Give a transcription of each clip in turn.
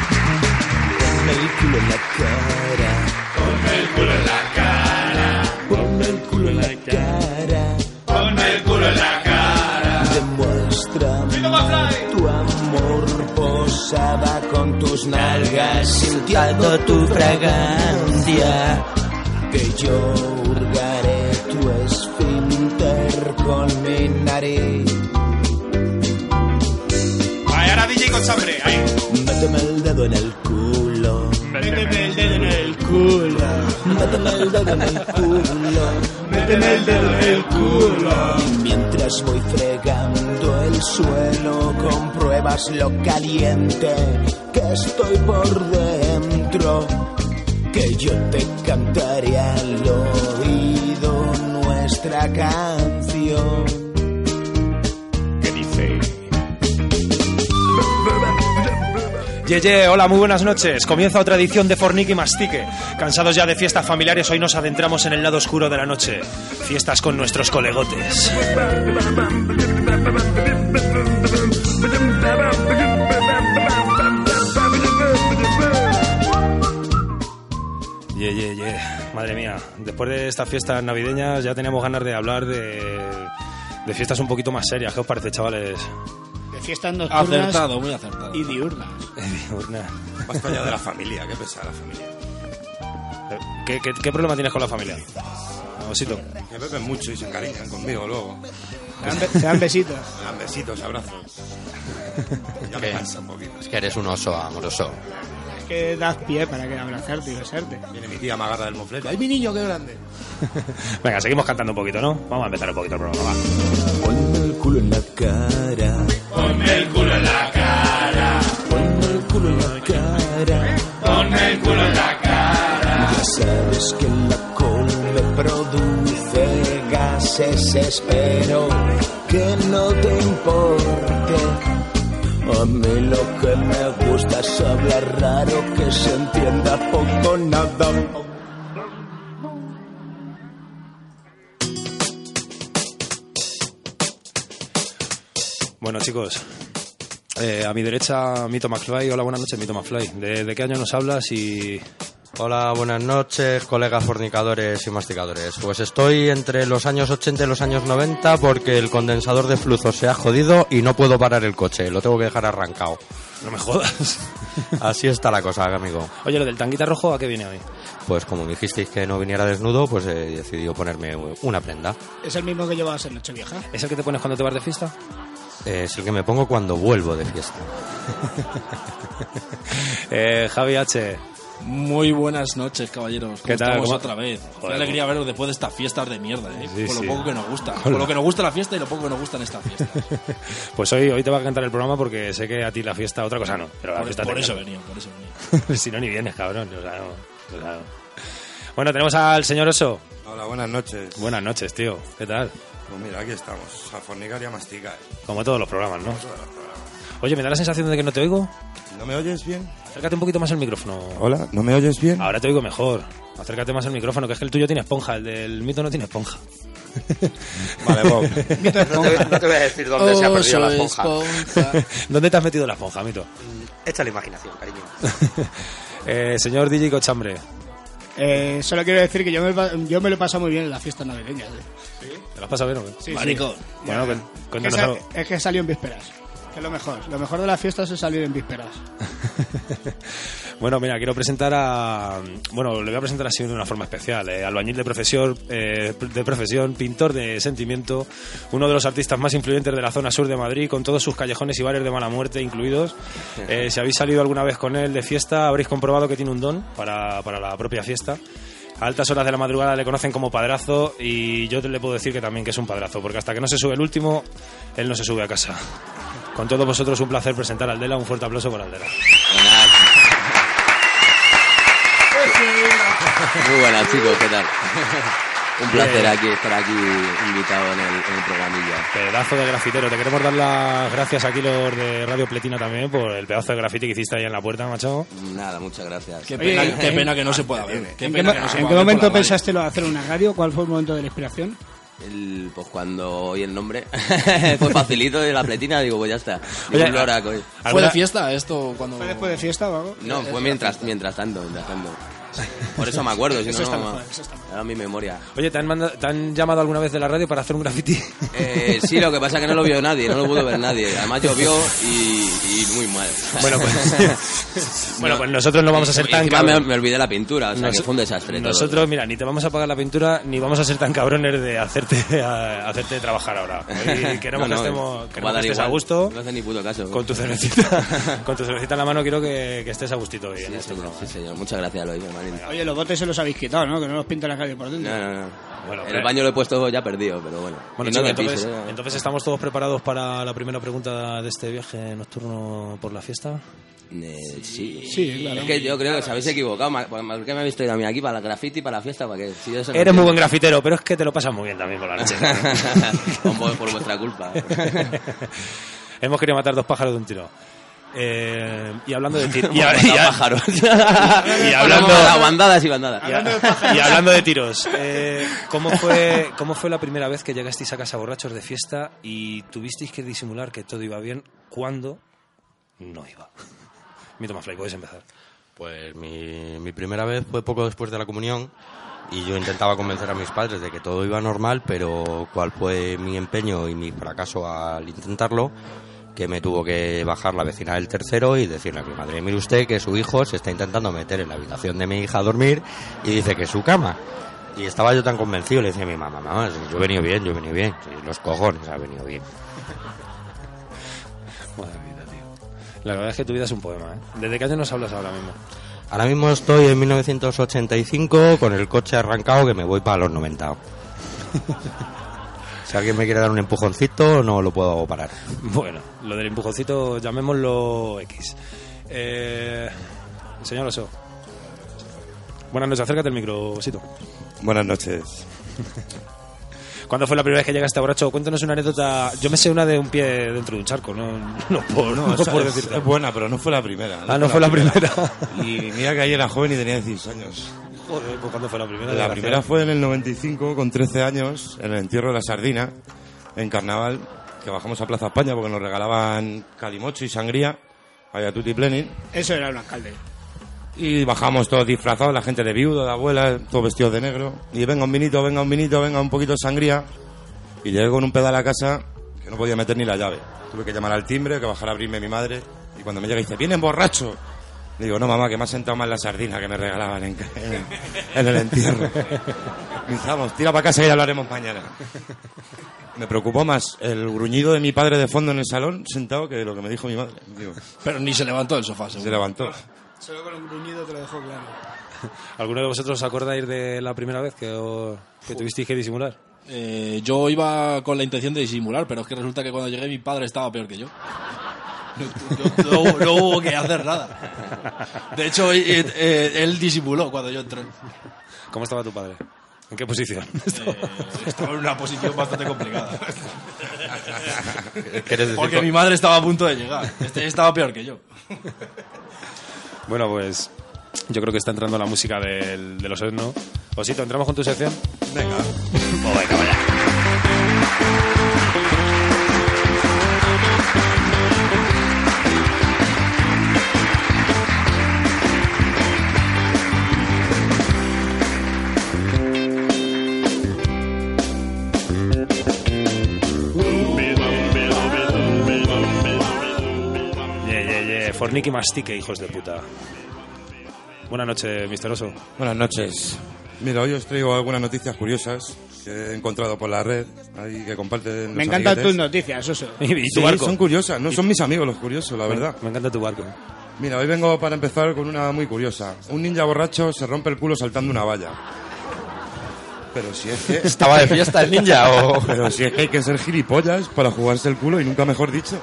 Ponme el culo en la cara. Ponme el culo en la cara. Ponme el culo en la cara. Ponme el culo en la cara. Demuéstrame tu amor posada con tus nalgas, sintiendo tu fragancia. Que yo hurgaré tu esfínter con mi nariz. Ahí, ahora DJ con chambre, ahí. Méteme el dedo en el culo. Méteme el dedo en el culo. Méteme el dedo en el culo. Méteme el dedo en el culo. Y mientras voy fregando el suelo, compruebas lo caliente que estoy por dentro. Que yo te cantaré al oído nuestra canción. ¿Qué dice? Yeye, hola, muy buenas noches. Comienza otra edición de Fornique y Mastique. Cansados ya de fiestas familiares, hoy nos adentramos en el lado oscuro de la noche. Fiestas con nuestros colegotes. Ye, ye, ye. Madre mía, después de estas fiestas navideñas ya teníamos ganas de hablar de, de fiestas un poquito más serias. ¿Qué os parece, chavales? De fiestas nocturnas Acertado, muy acertado. y diurnas. Basta ya de la familia, qué pesada la familia. ¿Qué, qué, qué problema tienes con la familia? Osito. Me beben mucho y se encariñan conmigo luego. Te dan, be- te dan besitos. Me dan besitos, abrazos. Ya me cansa un poquito. Es que eres un oso amoroso. Es que das pie para que abrazarte y besarte. Viene mi tía, me agarra del moflete. ¡Ay, mi niño, qué grande! Venga, seguimos cantando un poquito, ¿no? Vamos a empezar un poquito el programa. va. Ponme el culo en la cara. Ponme el culo en la cara. Ponme el culo en la cara. Ponme el culo en la cara. Ya sabes que el alcohol me produce gases, espero que no te importe. A mí lo que me gusta es hablar raro, que se entienda poco nada. Bueno, chicos. eh, a mi derecha, Mito McFly. Hola, buenas noches, Mito McFly. ¿De, de qué año nos hablas y...? Hola, buenas noches, colegas fornicadores y masticadores. Pues estoy entre los años 80 y los años 90 porque el condensador de flujo se ha jodido y no puedo parar el coche, lo tengo que dejar arrancado. No me jodas. Así está la cosa, amigo. Oye, lo del tanguita rojo, ¿a qué viene hoy? Pues como me dijisteis que no viniera desnudo, pues he decidido ponerme una prenda. Es el mismo que llevabas en Nochevieja. ¿Es el que te pones cuando te vas de fiesta? Eh, Es el que me pongo cuando vuelvo de fiesta. Eh, Javi H. Muy buenas noches, caballeros. ¿Cómo ¿Qué tal? estamos ¿Cómo- otra vez. Qué Joder, alegría veros después de estas fiestas de mierda, ¿eh? Sí, Por sí. lo poco que nos gusta. Por lo que nos gusta la fiesta y lo poco que nos gustan estas fiestas. Pues hoy, hoy te va a cantar el programa porque sé que a ti la fiesta, otra cosa no. Pero la Por, fiesta por te eso he encanta. venido, por eso he venido. si no, ni vienes, cabrón. O sea, no, o sea, no. Bueno, tenemos al señor Oso. Hola, buenas noches. Buenas noches, tío. ¿Qué tal? Pues mira, aquí estamos, a fornicar ¿eh? y a masticar. Como todos los programas, Pues ¿no? Oye, me da la sensación de que no te oigo. ¿No me oyes bien? Acércate un poquito más al micrófono. Hola, ¿no me oyes bien? Ahora te oigo mejor. Acércate más al micrófono, que es que el tuyo tiene esponja, el del mito no tiene esponja. Vale, Bob. No te, voy a decir dónde se ha perdido la esponja. Mm, ¿Dónde te has metido la esponja, mito? Echa la imaginación, cariño. Eh, señor DJ Cochambre. Eh, solo quiero decir que yo me, pa- yo me lo he pasado muy bien en las fiestas navideñas. eh. ¿Te lo has pasado bien o qué? Sí, sí. Maricón. Bueno, cuen- Es que Pues cuéntanos sa- algo. es que salió en vísperas. Que lo mejor. Lo mejor de las fiestas es salir en vísperas. Bueno, mira, quiero presentar a. Bueno, le voy a presentar así de una forma especial. eh, albañil de profesión, eh, de profesión, pintor de sentimiento, uno de los artistas más influyentes de la zona sur de Madrid, con todos sus callejones y bares de mala muerte incluidos. Eh, si habéis salido alguna vez con él de fiesta, habréis comprobado que tiene un don para, para la propia fiesta. A altas horas de la madrugada le conocen como padrazo y yo te le puedo decir que también que es un padrazo, porque hasta que no se sube el último, él no se sube a casa. Con todos vosotros un placer presentar a Aldela, un fuerte aplauso para Aldela. Muy buenas, chicos, ¿qué tal? Un placer Bien. aquí estar aquí invitado en el, en el programilla. Pedazo de grafitero. Te queremos dar las gracias aquí los de Radio Pletina también por el pedazo de grafiti que hiciste ahí en la puerta, macho. Nada, muchas gracias. Qué pena, qué pena que no se pueda ver. eh. Qué ¿En qué, pena mo- que no se pueda en qué ver por momento la calle. pensaste lo de hacer una radio? ¿Cuál fue el momento de la inspiración? El- pues cuando oí el nombre, fue facilito de la pletina, digo, pues ya está. Oye, Ningún loraco hoy. ¿Fue de fiesta esto cuando.? ¿Fue después de fiesta o algo? Eh, No, fue mientras, mientras tanto, mientras tanto. Por eh, eso me acuerdo, si no, Eso está no, mejor, eso está era mi memoria. Oye, ¿te han, manda- te han llamado alguna vez de la radio para hacer un grafiti? Eh, sí, lo que pasa es que no lo vio nadie, no lo pudo ver nadie. Además llovió y, y muy mal. Bueno, pues, bueno, pues nosotros no vamos a ser Y tan encima me, cabrones. me olvidé la pintura, o sea, que Nos- fue un desastre. todo. Nosotros, mira, ni te vamos a pagar la pintura ni vamos a ser tan cabrones de hacerte, a- hacerte trabajar ahora. Hoy queremos No, no, que estemos va queremos a que dar estés igual. a gusto. No hace ni puto caso. Con tu cervecita, con tu cervecita en la mano quiero que, que estés a gustito hoy. en Sí, este señor, programa. sí, señor. Muchas gracias, Eloy, hermanito. Oye, los botes se los habéis quitado, ¿no? Que no los pinta la calle por dentro. No, no, no. Bueno, el pero- baño lo he puesto ya perdido, pero bueno. Bueno, Y no chicos, te entonces, pises, ¿eh? entonces estamos todos preparados para la primera pregunta de este viaje nocturno por la fiesta. Eh, sí. Sí, claro. Es que yo creo que os habéis equivocado. ma- ¿Por qué me habéis traído a mí aquí para la graffiti, para la fiesta? ¿Para qué? Si yo eso no Eres muy buen entiendo. grafitero, pero es que te lo pasas muy bien también por la noche. por, por vuestra culpa. Hemos querido matar dos pájaros de un tiro. Eh, y hablando de tiros. y, Hemos y- matado pájaros. y hablando- Hemos matado bandadas y bandadas. y- y hablando de tiros, eh, ¿cómo, fue, ¿cómo fue la primera vez que llegasteis a casa borrachos de fiesta y tuvisteis que disimular que todo iba bien cuando no iba? Mi Tomás Flay, podéis empezar. Pues mi, mi primera vez fue poco después de la comunión y yo intentaba convencer a mis padres de que todo iba normal, pero cuál fue mi empeño y mi fracaso al intentarlo, que me tuvo que bajar la vecina del tercero y decirle a mi madre, mire usted que su hijo se está intentando meter en la habitación de mi hija a dormir y dice que es su cama. Y estaba yo tan convencido, le decía a mi mamá, mamá, si yo he venido bien, yo he venido bien, Sí, los cojones ha venido bien. Madre mía, tío. La verdad es que tu vida es un poema, ¿eh? ¿Desde qué año nos hablas ahora mismo? Ahora mismo estoy en 1985 con el coche arrancado que me voy para los 90. si alguien me quiere dar un empujoncito, no lo puedo parar. Bueno, lo del empujoncito llamémoslo X. Eh, señor Oso. Buenas noches, acércate al micro, Osito. Buenas noches. ¿Cuándo fue la primera vez que llegaste a borracho? Cuéntanos una anécdota. Yo me sé una de un pie dentro de un charco, no, no por, no esa por es, decirte. es buena, pero no fue la primera. Ah, no fue la primera. Y mira que ahí era joven y tenía 16 años. Joder, pues ¿cuándo fue la primera? La Desgraciado. primera fue en el 95, con 13 años, en el entierro de la sardina, en carnaval, que bajamos a Plaza España porque nos regalaban calimocho y sangría, había tutti pleni, Eso era un alcalde. y bajamos todos disfrazados, la gente de viudo, de abuela, todos vestidos de negro, y venga un vinito, venga un vinito, venga un poquito de sangría, y llegué con un pedal a casa que no podía meter ni la llave. Tuve que llamar al timbre, que bajara a abrirme mi madre, y cuando me llega dice, vienen borracho. Le digo, no mamá, que me ha sentado mal la sardina que me regalaban en, en- en el entierro. Me dice, vamos, tira para casa y ya hablaremos mañana. Me preocupó más el gruñido de mi padre de fondo en el salón, sentado, que lo que me dijo mi madre. Digo, Pero ni se levantó del sofá, se seguro. levantó. Solo con un gruñido te lo dejo claro. ¿Alguno de vosotros os acordáis de la primera vez que, os- que tuvisteis que disimular? Eh, yo iba con la intención de disimular, pero es que resulta que cuando llegué mi padre estaba peor que yo. No, no- no- no hubo que hacer nada. De hecho, eh, eh, él disimuló cuando yo entré. ¿Cómo estaba tu padre? ¿En qué posición? Eh, estaba en una posición bastante complicada. ¿Quieres decir Porque con- mi madre estaba a punto de llegar. Este estaba peor que yo. Bueno, pues yo creo que está entrando la música del, de los Osno. Osito, ¿entramos con tu sección? Pues Venga. Fornique y mastique, hijos de puta. Buenas noches, misteroso. Buenas noches. Mira, hoy os traigo algunas noticias curiosas que he encontrado por la red, ahí que comparten los Me encantan amiguetes. tus noticias, eso. Sí, son curiosas, no son mis amigos los curiosos, la verdad. Me encanta tu barco. Mira, hoy vengo para empezar con una muy curiosa. Un ninja borracho se rompe el culo saltando una valla. Pero si es que... ¿Estaba de fiesta el ninja o...? Pero si es que hay que ser gilipollas para jugarse el culo y nunca mejor dicho.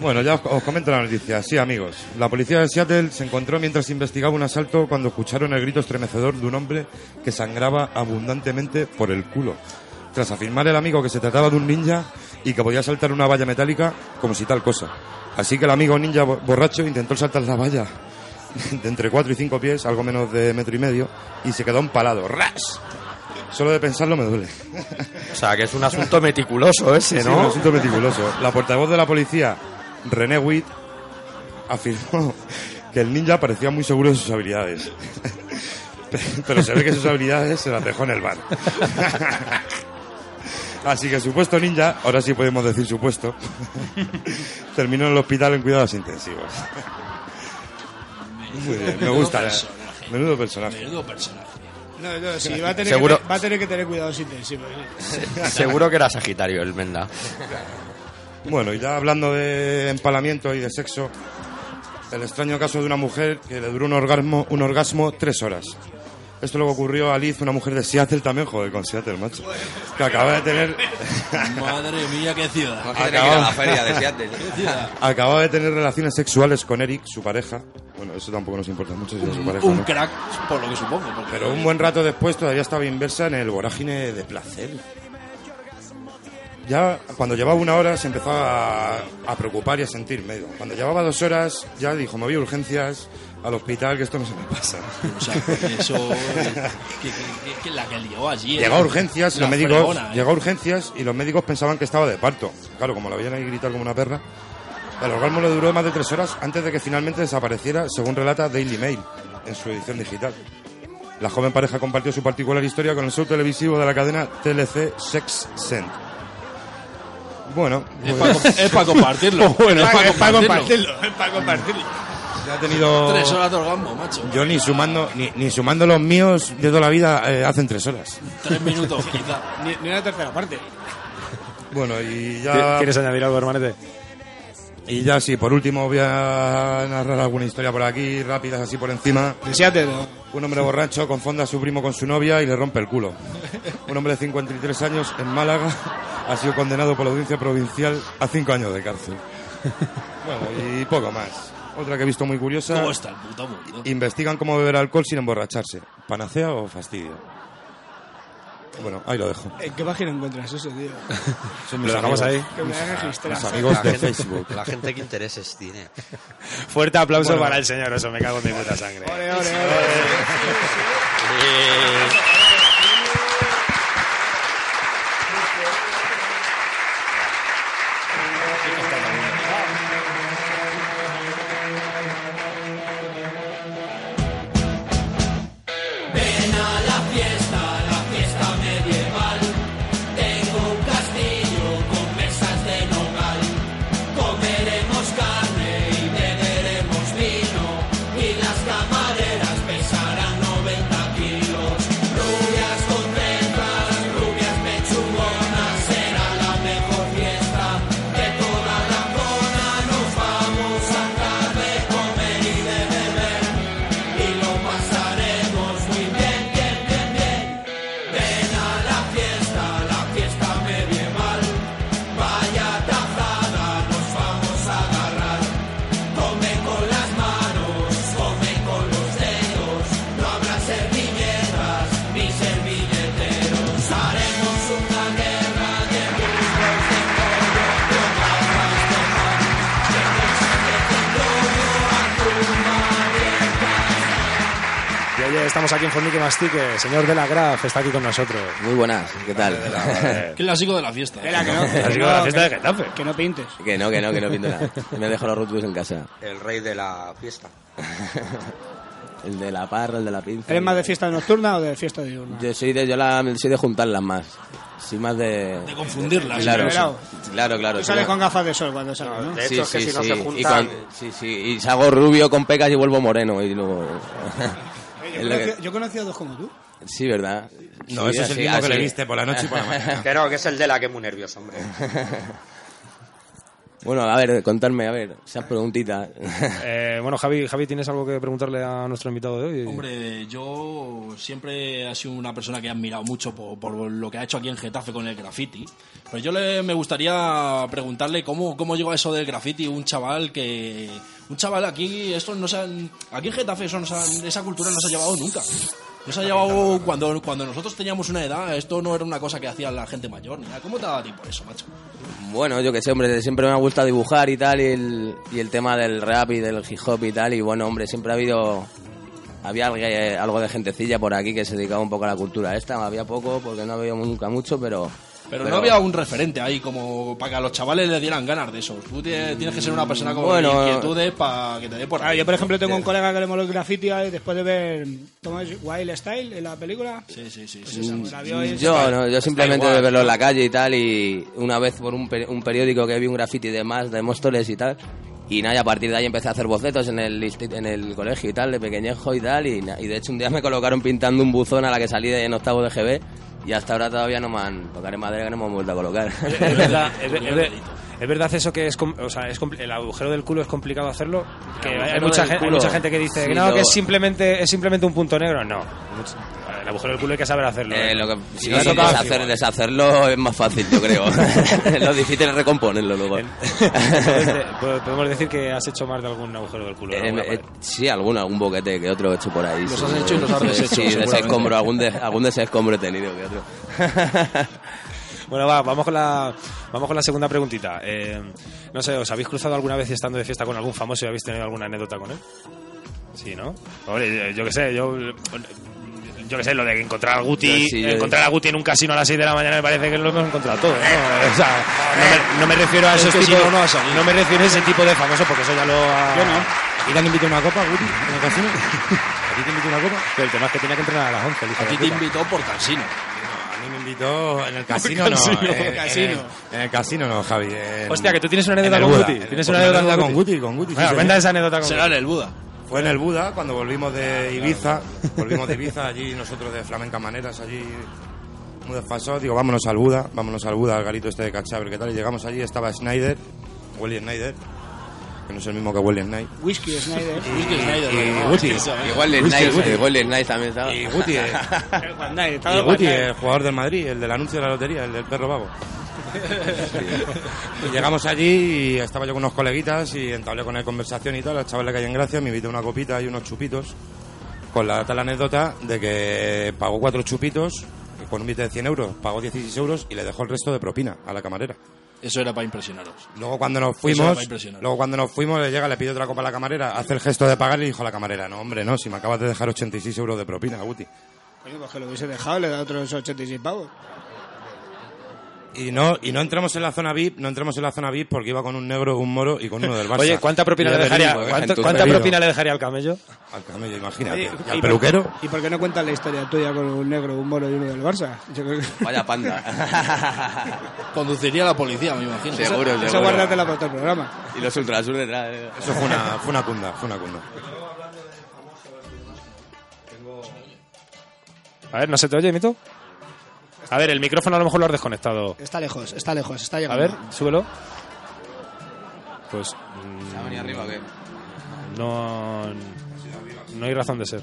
Bueno, ya os, os comento la noticia. Sí, amigos. La policía de Seattle se encontró mientras investigaba un asalto cuando escucharon el grito estremecedor de un hombre que sangraba abundantemente por el culo. Tras afirmar el amigo que se trataba de un ninja y que podía saltar una valla metálica como si tal cosa. Así que el amigo ninja bo- borracho intentó saltar la valla de entre 4 y 5 pies, algo menos de metro y medio, y se quedó empalado. ¡Ras! Solo de pensarlo me duele. O sea, que es un asunto meticuloso ese, Sí, ¿no? un asunto meticuloso. La portavoz de la policía, René Witt, afirmó que el ninja parecía muy seguro de sus habilidades. Pero se ve que sus habilidades se las dejó en el bar. Así que supuesto ninja, ahora sí podemos decir supuesto, terminó en el hospital en cuidados intensivos. Muy bien, me gusta. ¿eh? Menudo personaje. Menudo personaje. No, no, sí, va a tener, Seguro- que, te- va a tener que tener cuidados intensivos. sí. Seguro que era Sagitario el Menda. Bueno, y ya hablando de empalamiento y de sexo, el extraño caso de una mujer que le duró un orgasmo, un orgasmo tres horas. Esto luego ocurrió a Liz, una mujer de Seattle también, joder, con Seattle, macho. Que acaba de tener, Madre mía, qué ciudad. Tiene que ir a la feria de Seattle. acaba de tener relaciones sexuales con Eric, su pareja. Bueno, eso tampoco nos importa mucho si es su pareja. Un ¿no? crack, por lo que supongo. porque- Pero un buen rato después todavía estaba inversa en el vorágine de placer. Ya cuando llevaba una hora se empezó a, a preocupar y a sentir medio. Cuando llevaba dos horas ya dijo, me voy a urgencias, al hospital, que esto no se me pasa. O sea, eso. que, que- que- que la que lió allí. Llegó a urgencias, La y los médicos, fregona, ¿eh? llegó a urgencias y los médicos pensaban que estaba de parto. Claro, como la veían ahí gritar como una perra. El orgasmo le duró más de tres horas antes de que finalmente desapareciera, según relata Daily Mail en su edición digital. La joven pareja compartió su particular historia con el show televisivo de la cadena TLC Sex Send. Bueno, pues Es para com- es para compartirlo. es para compartirlo. para compartirlo. ya ha tenido Tres horas de orgasmo, macho. yo ni sumando ni, ni sumando los míos de toda la vida eh, hacen tres horas. Tres minutos, quizá. Ni, ni una tercera parte. Bueno y ya ¿Quieres añadir algo, hermanete? Y ya sí, por último voy a narrar alguna historia por aquí, rápidas así por encima. En Seattle, ¿no? Un hombre borracho confonda a su primo con su novia y le rompe el culo. Un hombre de 53 años en Málaga ha sido condenado por la audiencia provincial a 5 años de cárcel. Bueno, y poco más. Otra que he visto muy curiosa. ¿Cómo está el puto mundo? Investigan cómo beber alcohol sin emborracharse. ¿Panacea o fastidio? Bueno, ahí lo dejo. ¿En Eh, qué página encuentras eso, tío? Son mis Lo dejamos amigos. ahí. Que me hagan registrar. Mis amigos de Facebook. La gente que intereses tiene. Fuerte aplauso para el señor, eso me cago en mi puta sangre. Ole, ole, ole. Y oye, estamos aquí en Fornique y Mastique, señor de la Graf está aquí con nosotros. Muy buenas, ¿qué tal? Clásico de la fiesta. ¿eh? Espera, que no, Ha que sido la fiesta de no, Getafe. que no pintes. que no, que no, que no pinto nada. Me dejo los rootbooks en casa. El rey de la fiesta. El de la parra, el de la pinza. ¿Eres más de fiesta nocturna o de fiesta diurna? Yo soy de, yo la, soy de juntarlas más. Soy más de. De confundirlas, Claro, ¿no? claro, claro. claro Tú sales soy- con gafas de sol cuando sales, ¿no? Sí, sí, sí. Y con- y cuan- sí, sí, y salgo rubio con pecas y vuelvo moreno. Y luego... Yo Es lo que- conocí- Yo conocí a dos como tú. Sí, ¿verdad? No, Sí, ese es el así- mismo que le así. viste por la noche y por la mañana. Que no, que es el de la que es muy nervioso, hombre. Bueno, a ver, contadme, a ver, esas preguntitas. Eh, bueno, Javi, Javi, ¿tienes algo que preguntarle a nuestro invitado de hoy? Hombre, yo siempre he sido una persona que he admirado mucho por, por lo que ha hecho aquí en Getafe con el graffiti. Pero yo le, me gustaría preguntarle cómo, cómo llegó a eso del graffiti un chaval que... Un chaval aquí, esto no se han- aquí en Getafe eso no se han- esa cultura no se ha llevado nunca. No se ha llevado cuando, cuando nosotros teníamos una edad, esto no era una cosa que hacía la gente mayor. Ni nada. ¿Cómo te daba tiempo eso, macho? Bueno, yo que sé, hombre, siempre me ha gustado dibujar y tal, y el, y el tema del rap y del hip hop y tal, y bueno, hombre, siempre ha habido... Había algu- eh, algo de gentecilla por aquí que se dedicaba un poco a la cultura esta, había poco porque no había nunca mucho, pero... Pero, no había un referente ahí como para que a los chavales les dieran ganas de eso. Tú tie- tienes que ser una persona con Bueno. inquietudes para que te dé por Ah, ahí. yo, por ejemplo, tengo un colega que le moló el graffiti eh, después de ver Thomas Wild Style en la película. Pues Sí, sí, sí. Mm. la vio y- Yo, no, yo simplemente igual, de verlo en ¿no? la calle y tal, y una vez por un, peri- un periódico que vi un graffiti de más de Móstoles y tal, y nada, y a partir de ahí empecé a hacer bocetos en el, insti- en el colegio y tal, de pequeñejo y tal, y, na- y de hecho un día me colocaron pintando un buzón a la que salí de, en octavo de GB, y hasta ahora todavía no me han... Tocaré madera que no me han vuelto a colocar. Es verdad, es, ver- es ver- es verdad eso que es, com- o sea, es compli- el agujero del culo es complicado hacerlo. Que El hay, agujero mucha del gente, hay culo. mucha gente que dice Sí, que no, yo- que es simplemente, es simplemente un punto negro. No, Mucho- el agujero del culo hay que saber hacerlo. Eh, ¿eh? lo que, si Y no toca- deshacer- deshacerlo es más fácil, yo creo. lo difícil es recomponerlo luego. Entonces, po- Podemos decir que has hecho más de algún agujero del culo. Eh, ¿no? Alguna eh, sí, alguno, algún boquete que otro he hecho por ahí. Los sí. has hecho y los has deshecho, Sí, seguramente. desescombro, algún, des- algún desescombro he tenido que otro. Bueno, va, vamos con la, vamos con la segunda preguntita. Eh, no sé, ¿os habéis cruzado alguna vez estando de fiesta con algún famoso y habéis tenido alguna anécdota con él? Sí, ¿no? Hombre, yo, yo qué sé, yo... Yo qué sé, lo de encontrar a Guti, Yo sí, yo- encontrar a Guti en un casino a las 6 de la mañana me parece que lo hemos encontrado todo, ¿no? O sea, no me, no me refiero a Es esos que si tipos, no, no no, ha salido. me refiero a ese tipo de famosos porque eso ya lo ha... Yo no. ¿Y te han invitado una copa, Guti? ¿En el casino? ¿A ti te invitó una copa? Pero el tema es que tenía que entrenar a las 11, el hijo A de ti te puta. invitó por Cansino. A mí me invitó en el casino, no. casino, en, en casino. el- En, el casino no, Javi. en- Hostia, que tú tienes en una anécdota el con Buda. Guti. En- Tienes pues una anécdota con Guti. con Guti. sí, Bueno, señor. cuenta esa anécdota con Será Guti. en el Buda. Fue en el Buda cuando volvimos de Ibiza. Volvimos de Ibiza, allí nosotros de Flamenca Maneras, allí muy desfasados. Digo, vámonos al Buda, vámonos al Buda, al garito este de Cachabre, ¿qué tal? Y llegamos allí, estaba Snyder, Willy Snyder, que no es el mismo que Willy Snyder. Whiskey Snyder. Whiskey Snyder, y lo llamaba. Guti. Es que se- Igual el Nice, Nice, eh, igual el Nice también estaba. Y Guti, eh, El Juan Knight, estaba y el Juan Guti, Knight. el jugador del Madrid, el del anuncio de la lotería, el del perro vago. Y llegamos allí y estaba yo con unos coleguitas y entablé con él conversación y tal. Al chaval le caí en gracia, me invité una copita y unos chupitos. Con la tal anécdota de que pagó cuatro chupitos con un billete de 100 euros, pagó 16 euros y le dejó el resto de propina a la camarera. Eso era para impresionaros. Luego cuando nos Eso va a fuimos, impresionar. luego cuando nos fuimos le llega, le pide otra copa a la camarera, hace el gesto de pagar y le dijo a la camarera, no hombre, no, si me acabas de dejar 86 euros de propina, Guti. Coño, pues que lo hubiese dejado, le da otros 86 pavos. Y no, y no entramos en la zona VIP, no entramos en la zona VIP porque iba con un negro, un moro y con uno del Barça. Oye, ¿cuánta propina, Ya le te dejaría, digo, eh, cuánto- gente ¿cuánta perdido. propina le dejaría al camello? Al camello, imagínate. Oye, y al y- peluquero. ¿Y por qué no cuentas la historia tuya con un negro, un moro y uno del Barça? Yo creo que... Vaya panda. Conduciría a la policía, me imagino. seguro, seguro. Eso guárdatela para otro programa. Y los ultrasur detrás. eh. Eso fue una, fue una cunda, fue una cunda. A ver, ¿no se te oye, Mito? A ver, el micrófono a lo mejor lo has desconectado. Está lejos, está lejos, está A llegando. ver, súbelo. Pues mm, ¿Se ha venido arriba o qué? no, no hay razón de ser.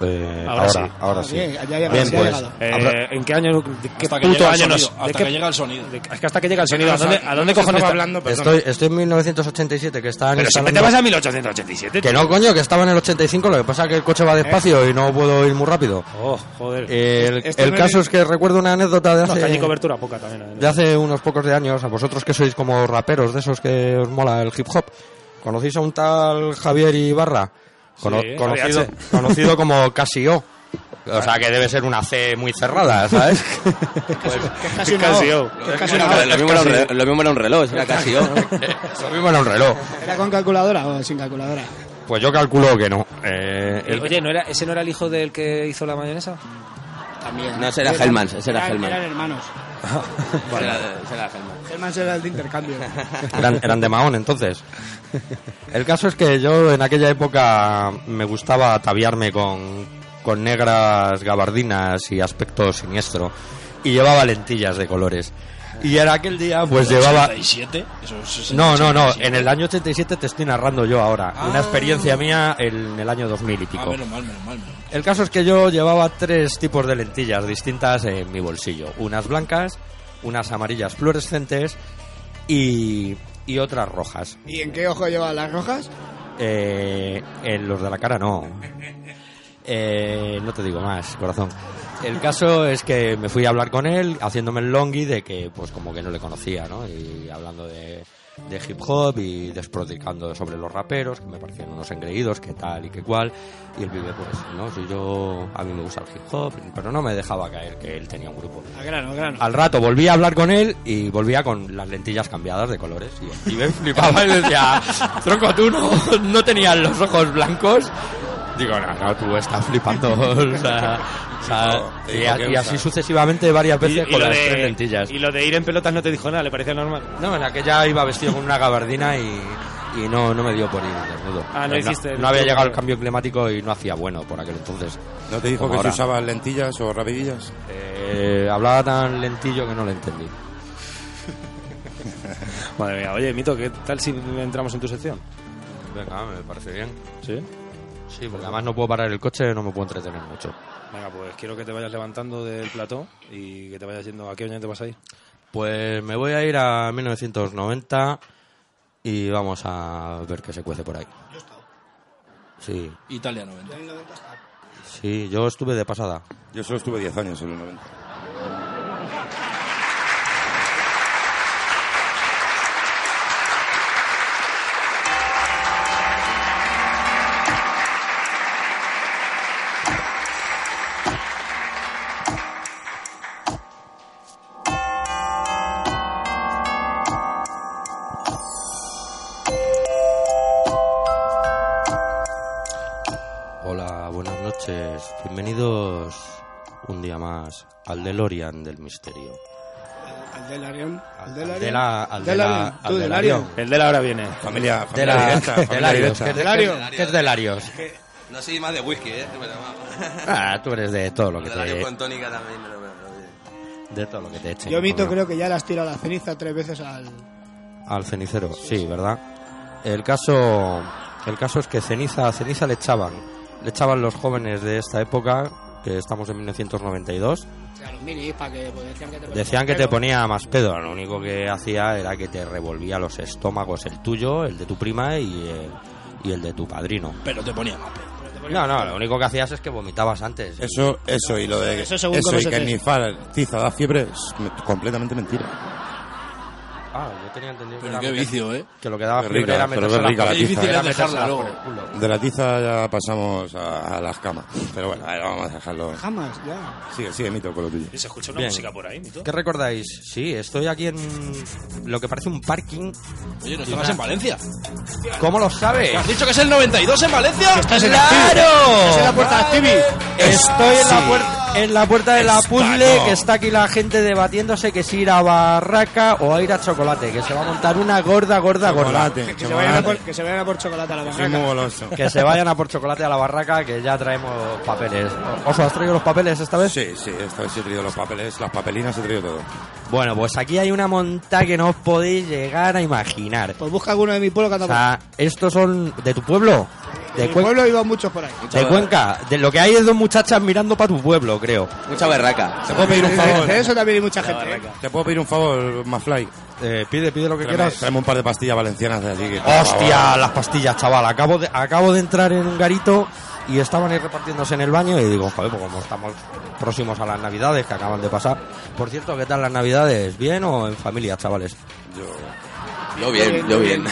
Eh, Ahora ahora, sí. sí. Ahora Ah, sí. bien, ya ha llegado, Bien, ya ha pues. llegado. Eh, Habrá- ¿En qué año? de qué Hasta que puto llega el año nos- sonido. de Hasta qué- que llega el sonido. de- es que hasta que llega el sonido. ¿A dónde, a dónde No sé cojones estaba está? hablando? Perdón. Estoy, estoy en 1987, que están Pero siempre te instalando- vas a 1887. Que no, coño, que estaba en el 85, lo que pasa es que el coche va despacio y no puedo ir muy rápido. Oh, joder. El, Este el no caso es- es que recuerdo una anécdota de No, que allí hace, cobertura poca también. ¿eh? además. de hace unos pocos de años, a vosotros que sois como raperos de esos que os mola el hip hop. ¿Conocéis a un tal Javier Ibarra? Cono- Sí, conocido, Javier H. conocido como Casio. O sea que debe ser una C muy cerrada, ¿sabes? Que es casi una casi O. O. Que es casi una Bueno, O. lo, mismo era un re- lo mismo era un reloj, era casi yo. Eso mismo en un reloj. Eh, ¿Era con calculadora o sin calculadora? Pues yo calculo que no. Eh, el- Oye, ¿no era, ¿ese no era el hijo del que hizo la mayonesa? Mm, También. No, ese era Hellmans, ese era Eran- Hellmans. Eran hermanos. Será- será Hellman. Hellmans era el de intercambio. Eran, eran de Mahón entonces. El caso es que yo en aquella época me gustaba ataviarme con, con negras gabardinas y aspecto siniestro. Y llevaba lentillas de colores. Y en aquel día pues llevaba... 87, eso es No, no, no. 87. En el año 87 te estoy narrando yo ahora. Una Ah. experiencia mía en el año 2000 y Ah, pico. menos mal, menos mal. menos mal. El caso es que yo llevaba tres tipos de lentillas distintas en mi bolsillo. Unas blancas, unas amarillas fluorescentes y, y otras rojas. ¿Y en qué ojo lleva las rojas? Eh, en los de la cara no. Eh, no te digo más, corazón. El caso es que me fui a hablar con él, haciéndome el longi de que, pues, como que no le conocía, ¿no? Y hablando de, de hip hop y desproticando sobre los raperos, que me parecían unos engreídos, que tal y que cual. Y él vive, pues, ¿no? Si yo, a mí me gusta el hip hop, pero no me dejaba caer que él tenía un grupo. Al grano, al grano. Al rato volví a hablar con él y volvía con las lentillas cambiadas de colores. Y, y me flipaba y decía, tronco, tú no, no tenías los ojos blancos. Digo, no, no, tú estás flipando. O sea, o sea, Te y, digo a- que y así usas. sucesivamente varias veces con las tres lentillas. y lo de ir en pelotas no te dijo nada, le parecía normal. No, en aquella iba vestido con una gabardina y, y no, no me dio por ir desnudo. Ah, no hiciste el- no había llegado el cambio climático y no hacía bueno por aquel entonces. ¿No te dijo Como que ahora. se usaban lentillas o rapidillas? Eh, hablaba tan lentillo que no le entendí. Madre mía, oye, Mito, ¿qué tal si entramos en tu sección? Venga, me parece bien. ¿Sí? Sí, porque además no puedo parar el coche, no me puedo entretener mucho. Venga, pues quiero que te vayas levantando del plató y que te vayas yendo. ¿A qué año te vas a ir? Pues me voy a ir a 1990 y vamos a ver qué se cuece por ahí. Sí, Italia 90. sí, yo estuve de pasada. Yo solo estuve 10 años en el 90. Hola, buenas noches. Bienvenidos un día más al DeLorean del misterio. Al del Arión. Al del Al de la- Arión. al Del de la- Arión. al Tú, de del la Arión. Arión. El de la hora viene. Familia, De familia la, directa. de Familia Larios. directa. ¿Qué es de- Delario. qué es de Larios? No soy más de whisky, ¿eh? Me la Ah, tú eres de todo lo que te, con tónica también me lo de todo lo que te echen. Yo, Mito, coño. creo que ya las tira la ceniza tres veces al. al cenicero, sí, ¿verdad? El caso, el caso es que ceniza, ceniza le echaban, le echaban los jóvenes de esta época, que estamos en 1992, A los minis, para que. pues, decían que te decían que te ponía más pedo, lo único que hacía era que te revolvía los estómagos, el tuyo, el de tu prima y el, y el de tu padrino. Pero te ponía más pedo. No, no, lo único que hacías es que vomitabas antes. Eso, eso y lo de Eso según cómo y se que te- nifar tiza da fiebre es me- completamente mentira. Ah, yo tenía entendido Pero que, qué era meter- vicio, ¿eh? que lo que daba Qué fiebre rica, era pero meterse qué rica la la ¿eh? ¿eh? Qué difícil era es dejarla metérsela por luego. el culo. De la tiza ya pasamos a, a las camas. Pero bueno, ahí vamos a dejarlo. Jamás, ya. Sigue, sigue, mito con lo tuyo. ¿Se escucha una Bien. música por ahí, Mito? ¿Qué recordáis? Sí, estoy aquí en lo que parece un parking. Oye, no estabas en Valencia. ¿Cómo lo sabes? ¿Has dicho que es el 92 en Valencia? Estás en ¡Claro! Estás en la puerta de Activi. Estoy en la, puerta, en la puerta de la Hispano. puzzle que está aquí la gente debatiéndose que si ir a Barraca o a ir a Chocolate, que se va a montar una gorda, gorda, gorda. Chocolate, Que se, vayan a por, chocolate. que se vayan a por chocolate a la Soy muy barraca. goloso. Que se vayan a por chocolate a la barraca, que ya traemos papeles. ¿Os has traído los papeles esta vez? Sí, sí, esta vez sí he traído los papeles, las papelinas he traído todo. Bueno, pues aquí hay una monta que no os podéis llegar a imaginar. Pues busca alguno de mi pueblo que O anda sea, estos son de tu pueblo, por... de mi Cuenca. pueblo iban muchos por ahí. De Cuenca, de lo que hay es dos muchachas mirando para tu pueblo, creo. Mucha berraca. ¿Te puedo pedir un De, favor? de eso también hay mucha gente. ¿eh? ¿Te puedo pedir un favor, Mafly? Eh, pide, pide lo que Tráeme, quieras. tráeme un par de pastillas valencianas de allí. que- Hostia, las pastillas, chaval. Acabo de, acabo de entrar en un garito y estaban ahí repartiéndose en el baño y digo, joder, pues como estamos próximos a las navidades que acaban de pasar. Por cierto, ¿qué tal las navidades? ¿Bien o en familia, chavales? Yo bien, yo bien.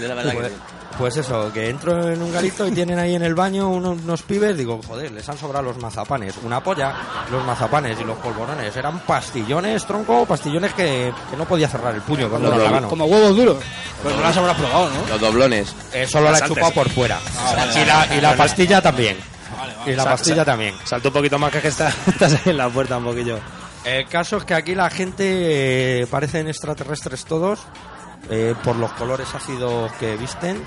Yo la verdad que Joder, sí. Pues eso, que entro en un garito y tienen ahí en el baño unos, unos pibes, digo, joder, les han sobrado los mazapanes, una polla, los mazapanes y los polvorones, eran pastillones, tronco, pastillones que, que no podía cerrar el puño cuando Como- era la mano. como huevos duros. Pero no las habrás probado, ¿no? Los doblones. Eh, solo la he chupado por fuera. y la, y la pastilla también. Y la Ah, Sa- pastilla sa- también. Saltó un poquito más que es que está, estás ahí en la puerta un poquillo. El caso es que aquí la gente eh, parecen extraterrestres todos eh, por los colores ácidos que visten.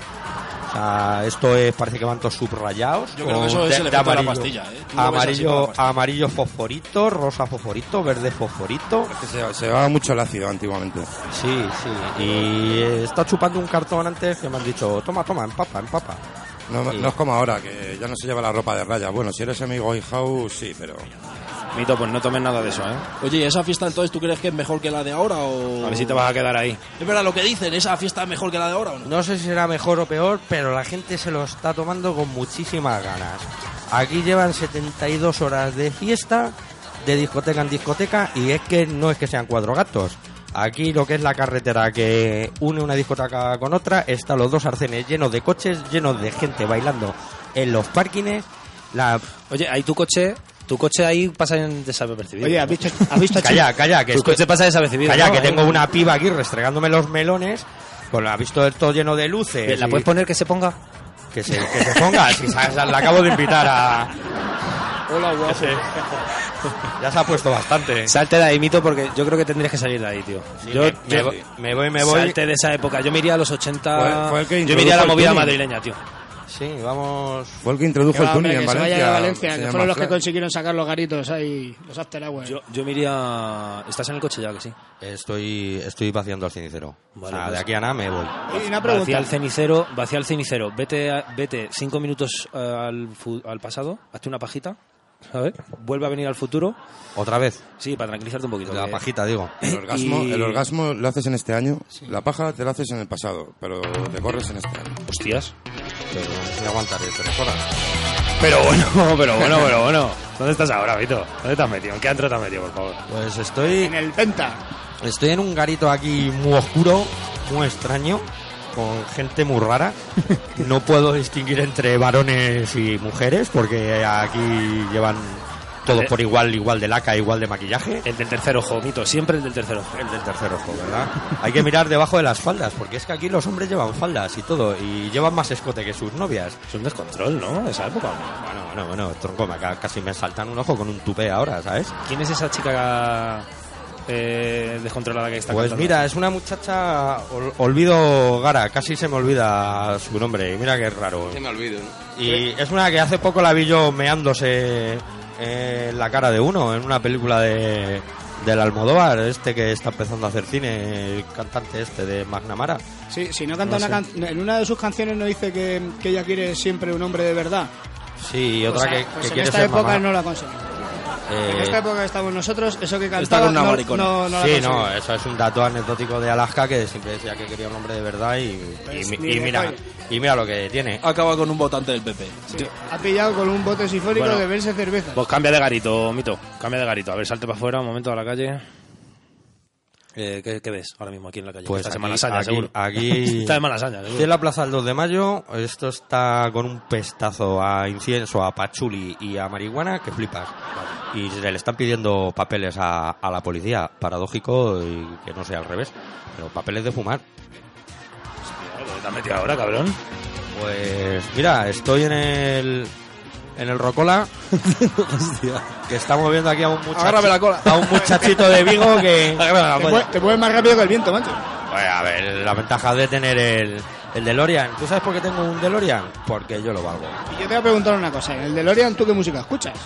O sea, esto es, parece que van todos subrayados. Yo creo que con- eso es el efecto de la pastilla, ¿eh? Tú lo ves así con la Amarillo, pastilla. amarillo fosforito, rosa fosforito, verde fosforito. Se, se va mucho el ácido antiguamente. Sí, sí. Y eh, está chupando un cartón antes que me han dicho, toma, toma, empapa, empapa. No, Sí. no es como ahora, que ya no se lleva la ropa de rayas. Bueno, si eres amigo in-house, sí, pero... Mito, pues no tomes nada de eso, ¿eh? Oye, ¿y esa fiesta entonces tú crees que es mejor que la de ahora o...? A ver si te vas a quedar ahí. Es verdad lo que dicen, ¿esa fiesta es mejor que la de ahora o no? No sé si será mejor o peor, pero la gente se lo está tomando con muchísimas ganas. Aquí llevan 72 horas de fiesta, de discoteca en discoteca, y es que no es que sean cuatro gatos. Aquí lo que es la carretera que une una discoteca con otra, están los dos arcenes llenos de coches, llenos de gente bailando en los parkings. La... Oye, ahí tu coche, tu coche ahí pasa en desapercibido. ¿Eh? Oye, ¿has visto, has visto a Chim- Calla, calla, que Tu estoy- coche pasa desapercibido. Calla, ¿no? que tengo una piba aquí restregándome los melones, con la visto todo lleno de luces. ¿La y- puedes poner que se ponga? Que se, que se ponga, si sa- sa- la acabo de invitar a... Hola, guapo. Ya se ha puesto bastante. Salte de ahí, mito, porque yo creo que tendrías que salir de ahí, tío. yo, me, me yo- voy, me voy, me voy. Salte de esa época. Yo me iría a los 80. Fue- fue el que yo me iría introdujo a la el movida tuning. madrileña, tío. Sí, vamos... Fue el que introdujo el Ah, hombre, túnel en que se Valencia. vayan a Valencia, se que llama fueron los que Fran. consiguieron sacar los garitos ahí, los after hours. Yo, yo me iría. Estás en el coche ya, que sí. Estoy, estoy vaciando al cenicero. Vale, o sea, pues. de aquí a nada me voy. y una Vacía pregunta. el cenicero, vacía el cenicero. Vete, a- vete cinco minutos eh, al, fu- al pasado, hazte una pajita, ¿sabes? Vuelve a venir al futuro. ¿Otra vez? Sí, para tranquilizarte un poquito. La que- pajita, digo. El orgasmo, Y- el orgasmo lo haces en este año, la paja te la haces en el pasado, pero te corres en este año. Hostias. Pero me aguantaré tres horas. Pero bueno, pero bueno, pero bueno. ¿Dónde estás ahora, Vito? ¿Dónde te has metido? ¿En qué antro te has metido, por favor? Pues estoy... En el Penta. Estoy en un garito aquí muy oscuro, muy extraño, con gente muy rara. No puedo distinguir entre varones y mujeres porque aquí llevan todos por igual, igual de laca, igual de maquillaje. Eh. El del tercer ojo, Mito. Siempre el del tercer ojo. El del tercer ojo, ¿verdad? Hay que mirar debajo de las faldas porque es que aquí los hombres llevan faldas y todo y llevan más escote que sus novias. Es un descontrol, ¿no? Esa época. Bueno, bueno, bueno, tronco, me ca- casi me saltan un ojo con un tupé ahora, ¿sabes? ¿Quién es esa chica eh, descontrolada que está Pues cantando? mira, es una muchacha, ol- olvido Gara, casi se me olvida su nombre, y mira que es raro. Se me olvido, ¿no? Y es una que hace poco la vi yo meándose en la cara de uno, en una película de del Almodóvar, este que está empezando a hacer cine, el cantante este de Magnamara. Sí, si no canta una can- en una de sus canciones no dice que, que ella quiere siempre un hombre de verdad. Sí, y otra O sea, que, que pues en quiere esta ser época mamá. no la conseguimos. En Eh, esta época que estamos nosotros, eso que Está cantaba con una no, maricona. no, no la sí, conseguimos. no, eh. eso es un dato anecdótico de Alaska que siempre decía que quería un hombre de verdad y, y Pues mi- ni y de mira, coña. y mira lo que tiene. Acaba con un votante del PP. Ha pillado con un bote sifónico Bueno. de verse cerveza. Pues cambia de garito, Mito. Cambia de garito. A ver, salte para afuera un momento a la calle. Eh, ¿qué, qué ves ahora mismo aquí en la calle? Pues Estás aquí- en Malasaña, aquí- seguro. aquí- Estás en Malasaña, seguro. Estoy en la plaza del 2 de mayo, esto está con un pestazo a incienso, a pachuli y a marihuana que flipas. Y se le están pidiendo papeles a, a la policía, paradójico y que no sea al revés, pero papeles de fumar. ¿Dónde te has metido ahora, cabrón? Pues mira, estoy en el en el Rocola que estamos viendo aquí a un muchacho, Agárrame la cola. a un muchachito de Vigo que te, mue- te mueves más rápido que el viento, macho. Bueno, a ver, la ventaja de tener el, el DeLorean. ¿Tú sabes por qué tengo un DeLorean? Porque yo lo valgo. Y yo te voy a preguntar una cosa. ¿En el DeLorean tú qué música escuchas?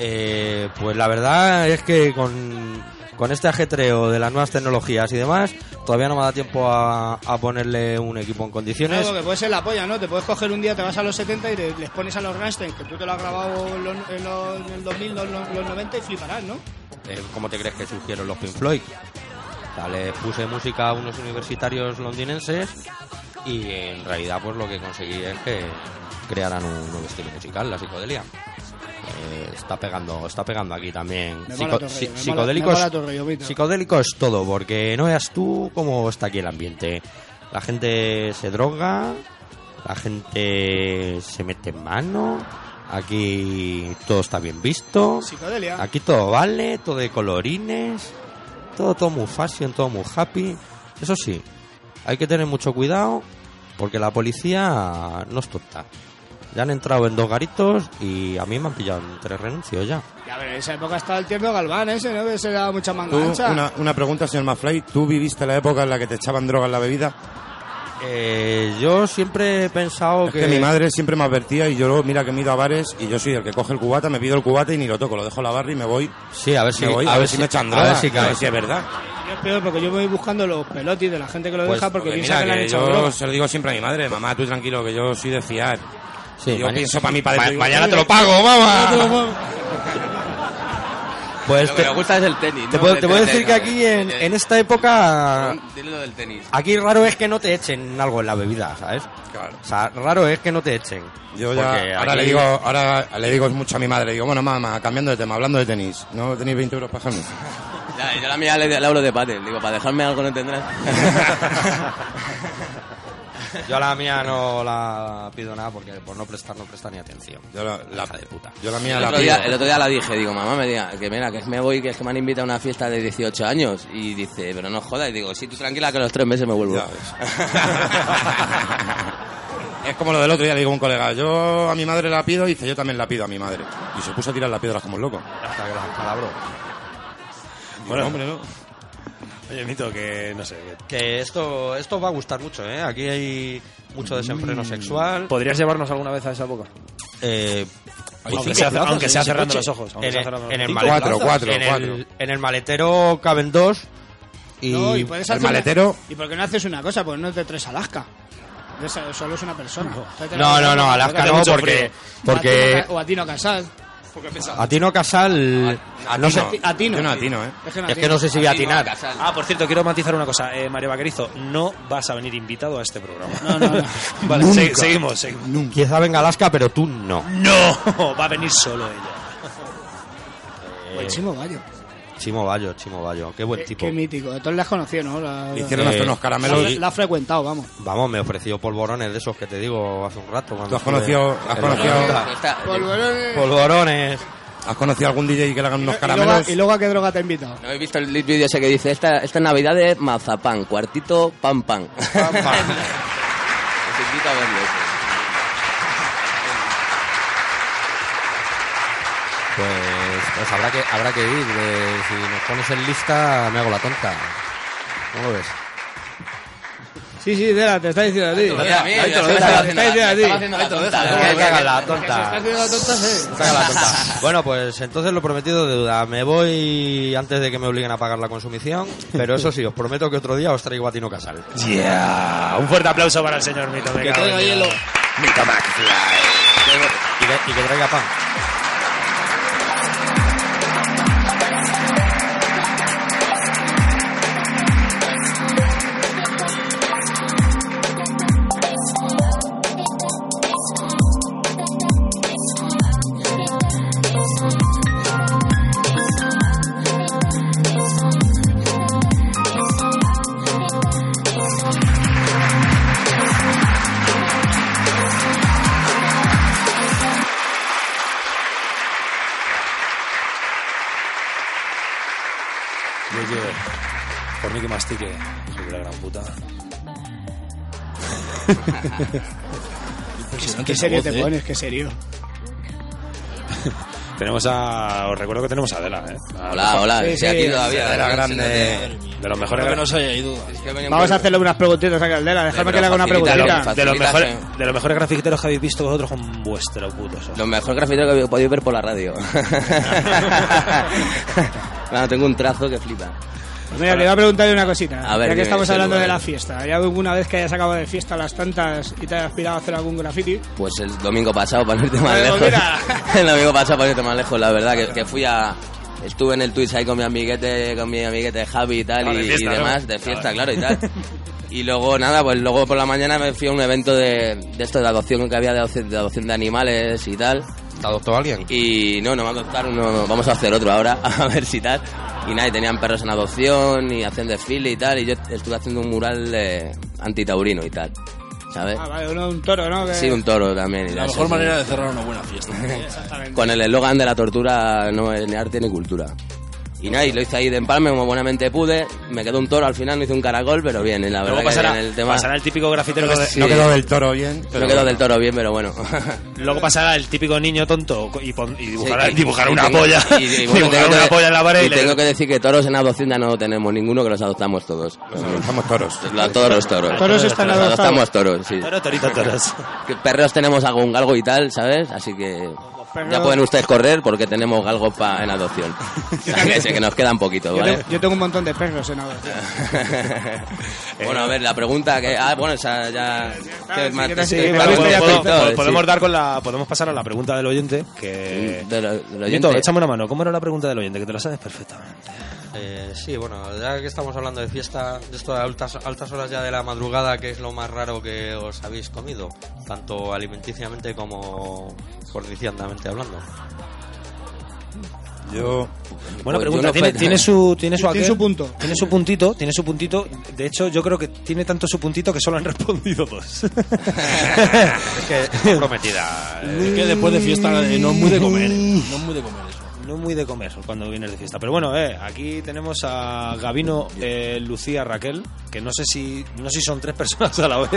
Eh, pues la verdad es que con, con este ajetreo de las nuevas tecnologías y demás, todavía no me da tiempo a, a ponerle un equipo en condiciones. Algo que puede ser la polla, ¿no? Te puedes coger un día, te vas a los 70 y te- les pones a los Rammstein, que tú te lo has grabado en, los- en los- en el 2000, los, los- los 90 y fliparás, ¿no? Eh, ¿Cómo te crees que surgieron los Pink Floyd? O sea, le puse música a unos universitarios londinenses y en realidad pues lo que conseguí es que crearan un nuevo estilo musical, la psicodelia. Eh, está pegando está pegando aquí también Me mola tu Psico- rollo, si- me mola- psicodélico me mola es- tu rollo, Vito. psicodélico es todo porque no veas tú cómo está aquí el ambiente la gente se droga la gente se mete en mano, aquí todo está bien visto, Psicodelia. aquí todo vale, todo de colorines, todo, todo muy fashion, todo muy happy. Eso sí, hay que tener mucho cuidado porque la policía no es tonta. Ya han entrado en dos garitos y a mí me han pillado en tres renuncios ya. Ya, pero en esa época estaba el tierno Galván ese, ¿no? Que se daba mucha manga Tú, ancha. una, una pregunta, señor Mafly. ¿Tú viviste la época en la que te echaban droga en la bebida? Eh, yo siempre he pensado es que... que- mi madre siempre me advertía y yo luego, mira que me he ido a bares y yo soy el que coge el cubata, me pido el cubata y ni lo toco, lo dejo en la barra y me voy. Sí, a ver Me voy, a ver si me echan droga, a ver si es verdad. Yo es peor porque yo voy buscando los pelotis de la gente que lo Pues, deja porque porque piensa mira, que le han que hecho yo droga. se lo digo siempre a mi madre, mamá, tú tranquilo, que yo soy de fiar. Sí, yo maña- pienso para mi padre. Ma- yo digo, mañana "Oye, te lo pago, mamá". mañana te lo pago. Pues Lo que me gusta es el tenis. Te ¿no? puedo, De- te puedo de- decir de- que aquí en, en esta época... Dile lo del tenis. Aquí raro es que no te echen algo en la bebida, ¿sabes? O sea, raro es que no te echen. Yo ya- Porque ahora, aquí- le digo, ahora Ah, le digo mucho a mi madre, digo, bueno, mamá, cambiando de tema, hablando de tenis, ¿no tenéis 20 euros para dejarme? Ya, yo la mía le, le hablo de pádel. Digo, para dejarme algo no tendrás. Yo a la mía no la pido nada porque por no prestar no presta ni atención. Yo la, de puta. Yo la el, otro día, el otro día la dije, digo, mamá, me diga, que mira, que me voy, que es que me han invitado a una fiesta de 18 años. Y dice, pero no jodas. Y digo, sí, tú tranquila, que a los tres meses me vuelvo. Es como lo del otro día, le digo a un colega, yo a mi madre la pido y dice, yo también la pido a mi madre. Y se puso a tirar las piedras como un loco. Hasta que las calabró. Bueno, hombre, ¿no? Oye, Mito, que no sé. que- Que esto, esto va a gustar mucho, ¿eh? Aquí hay mucho desenfreno Mm. sexual. ¿Podrías llevarnos alguna vez a esa boca? Eh, hay Aunque cinco sea- plazas aunque en sea ese cerrando coche. los ojos, aunque En sea el- cerrando los en el ojos. maletero- Cuatro, cuatro, en el- cuatro. En el maletero caben dos. Y, No, y puedes el hacer una- maletero. ¿Y por qué no haces una cosa? Pues no es de tres Alaska. De esa- Solo es una persona. No, no, no, Alaska Hace no, mucho porque- frío. porque- Ah, O a Tino Ca- O a Tino Casal. A Tino Casal. no sé. A Tino. Yo no atino, ¿eh? Es que no Es que no sé si voy a atinar. Ah, por cierto, quiero matizar una cosa. Eh, Mario Vaquerizo, no vas a venir invitado a este programa. No, no, no. vale, Nunca. se- seguimos, seguimos. Quizá venga Alaska, pero tú no. No, va a venir solo ella. O el Chimo Gallo. Chimo Bayo, Chimo Bayo. Qué buen Qué, tipo. qué mítico. De todos las conocido, ¿no? La, Eh, Le hicieron hasta unos caramelos La, y- la ha frecuentado, vamos. Vamos, me ofreció polvorones de esos que te digo hace un rato. cuando has estuve conocido- en has la conocido- tienda. Polvorones. ¿Has conocido algún DJ que le hagan unos Y luego, caramelos? y luego a qué droga te he invitado. ¿No habéis visto el lead video ese que dice, esta, esta Navidad es mazapán, cuartito, pan, pan? Os invito a verlo. Pues, pues habrá, que, habrá que ir. eh, si nos pones en lista, me hago la tonta. ¿Cómo lo ves? Sí, sí, Dela, te está diciendo a ti. Mira, mira, Ahí te lo me dejo, te estaba está haciendo la- diciendo a ti. me estaba haciendo la Ahí te lo tonta, dejo. ¿no? Que- que- Venga, la que tonta. se está haciendo la tonta, sí. Saca la tonta. Bueno, pues entonces lo prometido de duda. Me voy antes de que me obliguen a pagar la consumición. Pero eso sí, os prometo que otro día os traigo a Tino Casal. Yeah. Un fuerte aplauso para el señor Mito. me Que cago en traiga Dios. hielo. Mito McFly. Y que, y que traiga pan. Yo llevo. Por mí que mastique. Hijo de la gran puta. Qué serio ¿eh? te pones, qué serio. Tenemos a. Os recuerdo que tenemos a Adela, ¿eh? A- Hola, hola, Sí, estoy sí, eh, aquí todavía. ¿eh? Adela grande. De los mejores. Espero que no se haya ido. Vamos a hacerle unas preguntitas a Caldera. Dejadme que le haga una facilita, preguntita. de los Facilitas, mejores, eh. de los mejores grafiteros que habéis visto vosotros con vuestro puto sol. Lo mejor grafitero que podéis ver por la radio. Bueno, tengo un trazo que flipa. Pues Mira, le voy a preguntarle una cosita. A ver, ya que dime, eh. estamos ese hablando lugar. de la fiesta. ¿Hay alguna vez que hayas acabado de fiesta a las tantas y te hayas aspirado a hacer algún graffiti? Pues el domingo pasado, para no irte más Vale, lejos. pues mira. El domingo pasado, para no irte más lejos, la verdad, que, que fui a. Estuve en el Twitch ahí con mi amiguete, con mi amiguete Javi y tal, Ah, y, de y fiesta, ¿no? demás, de fiesta, Ah, claro, y tal. Y luego, nada, pues luego por la mañana me fui a un evento de, de esto de adopción que había de adopción, de adopción de animales y tal. ¿Te adoptó alguien? Y no, no me adoptaron, no, no, vamos a hacer otro ahora, a ver si tal. Y nada, y tenían perros en adopción y hacían desfile y tal, y yo estuve haciendo un mural eh, antitaurino y tal. ¿sabes? Ah, vale, uno, un toro, ¿no? Que- Sí, un toro también. y La tal, mejor sí, manera sí. de cerrar una buena fiesta. Exactamente. Con el eslogan de la tortura no es ni arte ni cultura. Y nada, y lo hice ahí de empalme como buenamente pude. Me quedó un toro al final, me hice un caracol, pero bien, la verdad Luego que pasará, bien el tema... pasará el típico grafitero que Sí. No quedó del toro bien. No quedó del toro bien, pero bueno. Luego pasará el típico niño tonto y, pon- y dibujará, Sí, y- dibujará y una tengo- polla. y- y bueno, dibujará tengo una que- polla en la pared. Y le- tengo que decir que toros en adopción ya no tenemos ninguno, que los adoptamos todos. Los adoptamos toros. Los toros, toros. Toros están Los adoptados. adoptamos toros, sí. Toro, torito, toros. Que Perros tenemos algún galgo y tal, ¿sabes? Así que ya perros- pueden ustedes correr porque tenemos galgos pa- en adopción. Así que nos queda un poquito, Yo, ¿vale? tengo, yo tengo un montón de perros en ahora. Eh, bueno, a ver, la pregunta que... Ah, bueno, esa ya... ¿qué más te- Sí, te- bueno, te- ya te- te- Podemos- podemos- pues, sí. Podemos dar con la, podemos pasar a la pregunta del oyente que. De lo- del oyente. Mito, échame una mano. ¿Cómo era la pregunta del oyente? Que te la sabes perfectamente. Eh, sí, bueno, ya que estamos hablando de fiesta, de esto de altas, altas horas ya de la madrugada, que es lo más raro que os habéis comido, tanto alimenticiamente como cordicianamente hablando. Yo. Pues Buena pregunta. yo no tiene, fue- tiene su, tiene su, Tiene aquel, su punto. Tiene su puntito, tiene su puntito. De hecho, yo creo que tiene tanto su puntito que solo han respondido dos. Es que prometida. Es que después de fiesta eh, no es muy de comer. eh. No es muy de comer eso. no muy de comer cuando vienes de fiesta. Pero bueno, eh, aquí tenemos a Gabino, eh, Lucía, Raquel, que no sé si no sé si son tres personas a la vez.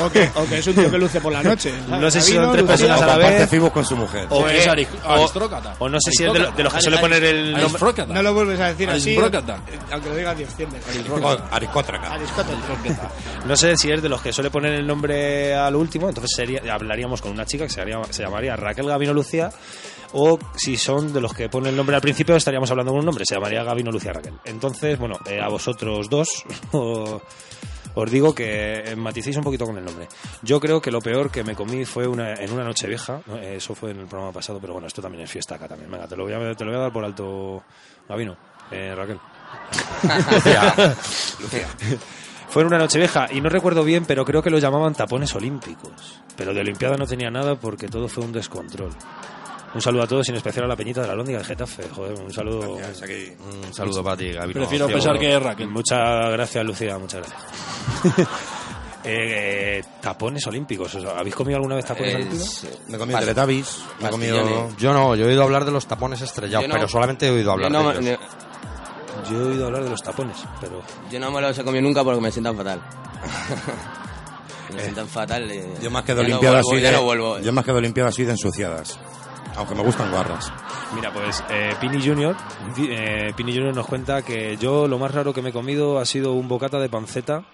O que, o que es un tío que luce por la noche. No sé si son Gabino, tres Lucía, personas a la Comparte vez. fibos con su mujer. O Pues que- es ari- o- aristócrata. o no sé si es de, lo- de los que Aristócrata. suele poner el nombre. Aristócrata. No lo vuelves a decir Alice así. Brocata. Aunque lo digas 10 veces. Ariscótraca. No sé si es de los que suele poner el nombre al último, entonces sería, hablaríamos con una chica que se, haría- se llamaría Raquel Gabino Lucía, o si son de los que ponen el nombre al principio, estaríamos hablando con un nombre, se llamaría Gabino Lucía Raquel. Entonces, bueno, eh, a vosotros dos o- os digo que eh, maticéis un poquito con el nombre. Yo creo que lo peor que me comí fue una, en una noche vieja, ¿no? Eh, eso fue en el programa pasado, pero bueno, esto también es fiesta acá también. Venga, te lo voy a, te lo voy a dar por alto, Gabino, eh, Raquel. Fue en una noche vieja y no recuerdo bien, pero creo que lo llamaban tapones olímpicos. Pero de Olimpiada no tenía nada porque todo fue un descontrol. Un saludo a todos y en especial a la Peñita de la Lóndiga de Getafe. Joder, un saludo. pues, Un saludo para ti, Gabino. Prefiero Ciego. pensar que es Raquel. Muchas gracias, Lucía, muchas gracias. Eh, tapones olímpicos. o sea, ¿Habéis comido alguna vez tapones Es- olímpicos? eh, Me he comido Teletubbies. Me he comido. Pastillones. Yo no, yo he oído hablar de los tapones estrellados, Yo no- pero solamente he oído hablar yo no, de ellos. Yo he oído hablar de los tapones, pero. yo no me los he comido nunca porque me sientan fatal. me sientan fatal. eh. Yo más que Ya de no Olimpiadas ¿eh? vuelvo, y ya de- no vuelvo. Yo más que de Olimpiadas y de ensuciadas. Aunque me gustan guarras. Mira, pues eh, Pini Junior, di- eh, Pini Junior nos cuenta que yo lo más raro que me he comido ha sido un bocata de panceta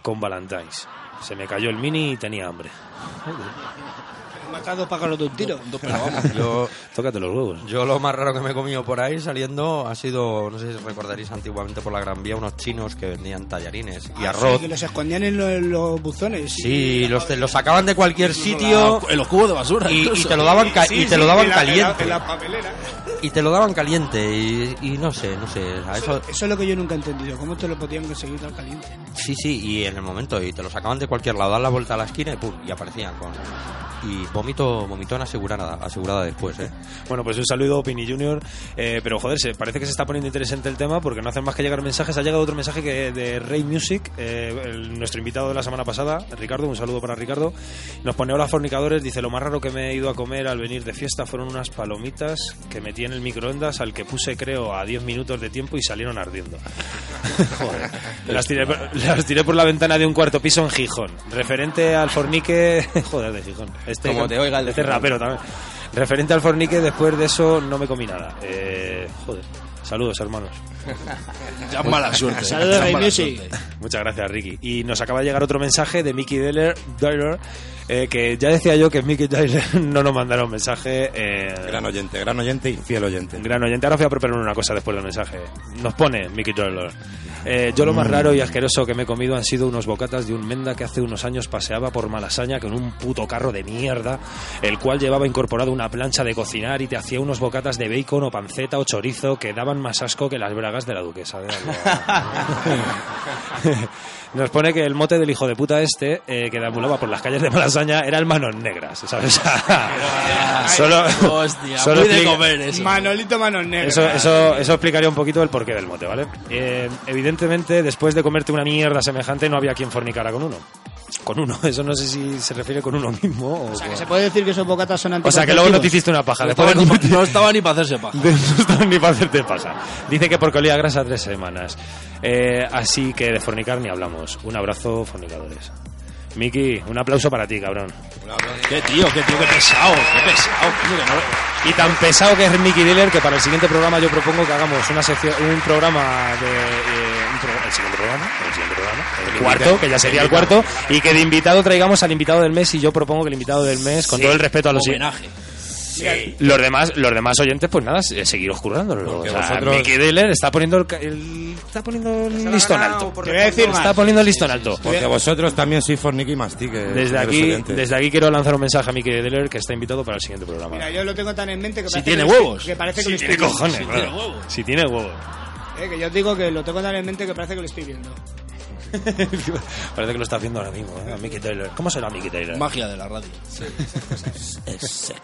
con Valentine's. Se me cayó el mini y tenía hambre. Matar dos pájaros de un tiro. Yo, Tócate los huevos. yo lo más raro que me he comido por ahí saliendo ha sido, no sé si recordaréis antiguamente por la Gran Vía, unos chinos que vendían tallarines y Ah, Sí, arroz. que los escondían en lo- en los, buzones. Sí, los, te- los sacaban de cualquier sitio En los cubos de basura. y, y incluso. te lo daban ca- y te lo daban caliente. En la, papelera. Y te lo daban caliente y, y no sé, no sé. a Eso, eso, eso es lo que yo nunca he entendido. ¿Cómo te lo podían conseguir tan caliente? sí, sí, y en el momento, y te lo sacaban de cualquier lado, dan la vuelta a la esquina y pum, y aparecían con... Y vómito, vomitón asegurada, asegurada después, ¿eh? Bueno, pues un saludo, Pini Junior. Eh, pero joder, se, parece que se está poniendo interesante el tema porque no hacen más que llegar mensajes. Ha llegado otro mensaje que de Rey Music, eh, el- nuestro invitado de la semana pasada, Ricardo. Un saludo para Ricardo. Nos pone hola, fornicadores. Dice: Lo más raro que me he ido a comer al venir de fiesta fueron unas palomitas que metí en el microondas al que puse, creo, a 10 minutos de tiempo y salieron ardiendo. Joder. Las tiré, por- las tiré por la ventana de un cuarto piso en Gijón. Referente al fornique. Joder, de Gijón. Este, Como te oiga el de este Gijón. rapero también. Referente al fornique, después de eso no me comí nada. Eh, joder. Saludos, hermanos. Ya es mala suerte. Saludos, Ya es Rey mala Music. suerte. Muchas gracias, Ricky. Y nos acaba de llegar otro mensaje de Mickey Deller, Deller, eh, que ya decía yo que Mickey Deller no nos mandaron mensaje. eh, Gran oyente, gran oyente y fiel oyente. Un gran oyente. Ahora os voy a proponer una cosa después del mensaje. Nos pone Mickey Dollar. Eh, yo lo más raro y asqueroso que me he comido han sido unos bocatas de un menda que hace unos años paseaba por Malasaña con un puto carro de mierda, el cual llevaba incorporado una plancha de cocinar y te hacía unos bocatas de bacon o panceta o chorizo que daban más asco que las bragas de la duquesa de Alba. Nos pone que el mote del hijo de puta este, eh, que deambulaba por las calles de Malasaña, era el Manos Negras, ¿sabes? solo, eh, Hostia, muy de explica- comer eso. Manolito Manos Negras. eso, eso, eso explicaría un poquito el porqué del mote, ¿vale? Eh, evidentemente, después de comerte una mierda semejante, no había quien fornicara con uno. Con uno, eso no sé si se refiere con uno mismo o. O sea, que con- se puede decir que esos bocatas son O sea, que luego no te hiciste una paja. después de competir. estaba ni para hacerse paja. De no estaba ni para hacerte paja. Dice que porque olía a grasa tres semanas. Eh, así que de fornicar ni hablamos. Un abrazo, fornicadores. Miki, un aplauso para ti, cabrón. Qué tío, qué tío, qué pesado, qué pesado. coño, que no- Y tan pesado que es Mickey Diller que para el siguiente programa yo propongo que hagamos una sección, un programa de. eh, un pro- el siguiente programa, el siguiente programa, el cuarto, que ya sería el cuarto, y que de invitado traigamos al invitado del mes. Y yo propongo que el invitado del mes, con Sí, todo el respeto a los. homenaje. Los demás, los demás oyentes, pues nada, se- seguiros currándolo. O Porque sea, vosotros- Mickey Diller está poniendo el, ca- el- está poniendo el listón alto. Te voy a decir Está más. poniendo el listón alto. Porque vosotros también sois forniqui y mastique. Desde señores aquí, oyentes. desde aquí quiero lanzar un mensaje a Mickey Diller que está invitado para el siguiente programa. Mira, yo lo tengo tan en mente que Si parece tiene que lo estoy- huevos. Que parece que Si lo tiene estoy viendo. cojones, Si claro. tiene huevos. Si tiene huevos. Eh, que yo os digo que lo tengo tan en mente que parece que lo estoy viendo. Parece que lo está haciendo ahora mismo, ¿eh? A Mickey Taylor. ¿Cómo será Mickey Taylor? Magia de la radio. Este